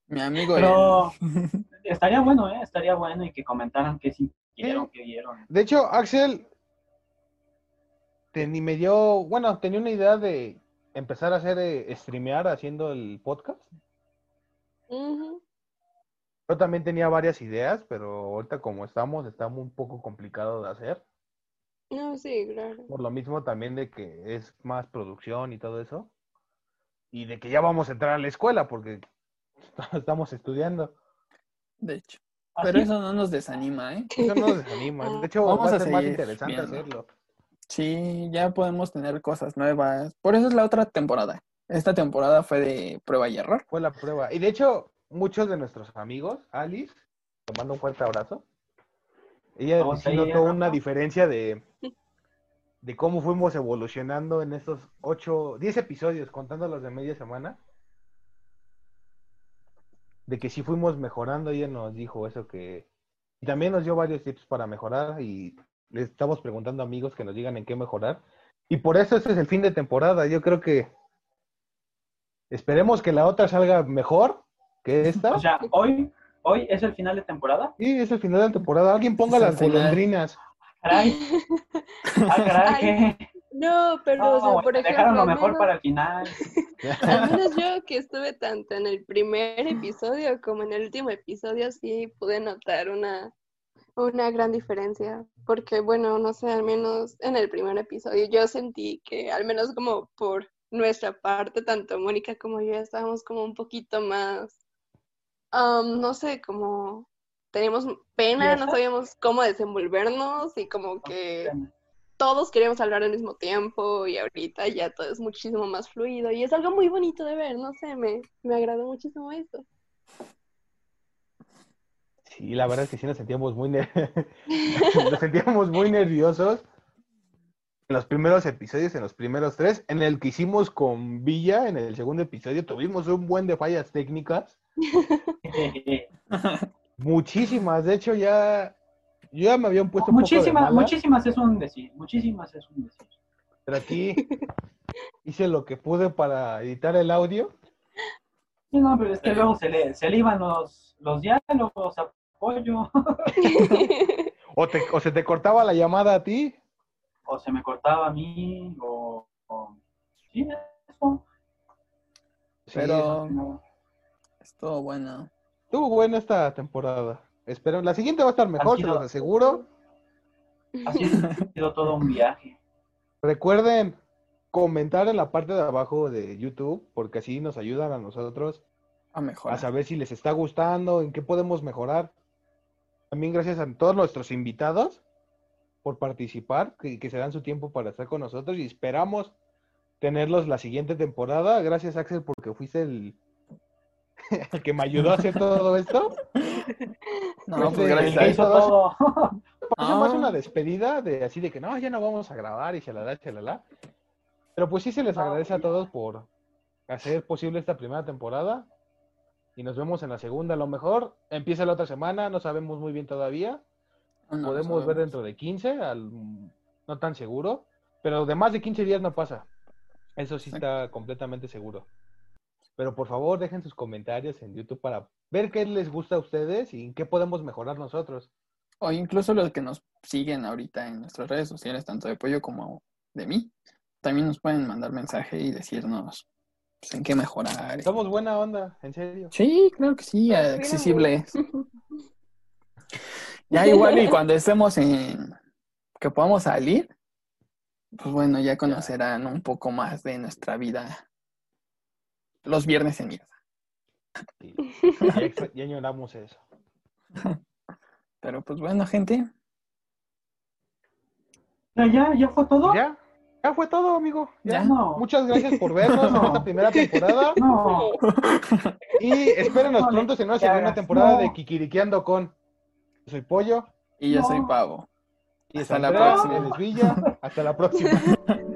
Mi amigo.
Pero estaría bueno, ¿eh? Estaría bueno y que comentaran qué sintieron,
Sí.
qué vieron.
De hecho, Axel teni- me dio, bueno, tenía una idea de empezar a hacer eh, streamear haciendo el podcast.
Ujú.
Yo también tenía varias ideas, pero ahorita como estamos, está un poco complicado de hacer.
No, sí, claro.
Por lo mismo también de que es más producción y todo eso. Y de que ya vamos a entrar a la escuela porque estamos estudiando.
De hecho.
Así,
Pero eso no nos desanima, ¿eh?
Eso no nos desanima. De hecho,
Vamos
va a,
a
ser más
seguir
interesante
viendo.
hacerlo.
Sí, ya podemos tener cosas nuevas. Por eso es la otra temporada. Esta temporada fue de prueba y error.
Fue la prueba. Y de hecho, muchos de nuestros amigos, Alice, te mando un fuerte abrazo. Ella
Vamos
sí
ahí,
notó
Rafa.
una diferencia de, de cómo fuimos evolucionando en estos ocho, diez episodios, contando los de media semana. De que sí fuimos mejorando, ella nos dijo eso que... Y también nos dio varios tips para mejorar y le estamos preguntando a amigos que nos digan en qué mejorar. Y por eso este es el fin de temporada. Yo creo que esperemos que la otra salga mejor que esta.
O sea, hoy, hoy es el final de temporada.
Sí, es el final de la temporada. Alguien ponga
Es el
las
final.
golondrinas.
Caray, ah, caray,
Ay,
que-
No, pero, o sea,
no,
por ejemplo.
dejaron lo
al
mejor
menos-
para el final.
Al menos yo que estuve tanto en el primer episodio como en el último episodio, sí pude notar una, una gran diferencia. Porque, bueno, no sé, al menos en el primer episodio yo sentí que, al menos como por nuestra parte, tanto Mónica como yo estábamos como un poquito más, am, no sé, como teníamos pena, no
¿Nerviosas?
sabíamos cómo desenvolvernos y como que todos queríamos hablar al mismo tiempo y ahorita ya todo es muchísimo más fluido y es algo muy bonito de ver, no sé, me, me agradó muchísimo eso.
Sí, la verdad es que sí nos sentíamos muy, ner- nos sentíamos muy nerviosos. En los primeros episodios, en los primeros tres, en el que hicimos con Villa, en el segundo episodio, tuvimos un buen de fallas técnicas.
Sí.
Muchísimas. De hecho, ya Yo ya me habían puesto Pues un poco de
Muchísimas,
malas,
muchísimas es un decir, muchísimas es un decir.
pero aquí hice lo que pude para editar el audio.
Sí, no, pero es que luego se le, se le iban los, los diálogos, apoyo,
O, te- o se te cortaba la llamada a ti.
o se me cortaba a mí, o... o- sí, eso.
Sí,
Pero
no.
estuvo bueno.
estuvo buena esta temporada. Espero, la siguiente va a estar mejor, se
Tranquilo.
los aseguro.
Ha sido ha sido todo un viaje.
Recuerden comentar en la parte de abajo de YouTube, porque así nos ayudan a nosotros
A
a
mejorar.
saber si les está gustando, en qué podemos mejorar. También gracias a todos nuestros invitados por participar, que, que se dan su tiempo para estar con nosotros y esperamos tenerlos la siguiente temporada. Gracias Axel porque fuiste el, el que me ayudó a hacer todo esto.
No,
Sí,
pues
El
gracias
que
a
hizo
todos.
todo.
Pasó más
Ah.
una despedida de así de que no, ya no vamos a grabar y shalala, shalala. Pero pues sí se les
No,
agradece a
ya.
todos por hacer posible esta primera temporada. Y nos vemos en la segunda, a lo mejor. Empieza la otra semana, no sabemos muy bien todavía.
No, no,
Podemos
no.
ver dentro de 15, al- no tan seguro. Pero de más de 15 días no pasa. Eso sí está completamente seguro. Pero por favor, dejen sus comentarios en YouTube para ver qué les gusta a ustedes y en qué podemos mejorar nosotros.
O incluso los que nos siguen ahorita en nuestras redes sociales, tanto de Pollo como de mí, también nos pueden mandar mensaje y decirnos pues, en qué mejorar.
Somos buena onda, en serio.
Sí, claro que sí, accesibles. Ya igual y cuando estemos en que podamos salir, pues bueno, ya conocerán un poco más de nuestra vida los viernes en mierda.
Sí. Ya, ex- ya añoramos eso.
Pero pues bueno, gente,
No, ¿Ya, ¿Ya fue todo?
Ya, ya fue todo, amigo. Ya.
Ya.
No.
Muchas gracias por vernos en esta primera temporada
No.
y espérenos pronto en una segunda temporada de Kikiriqueando con Soy Pollo
y yo soy
No.
Pavo.
y
Hasta
hasta
la
la
próxima.
próxima. Hasta la próxima.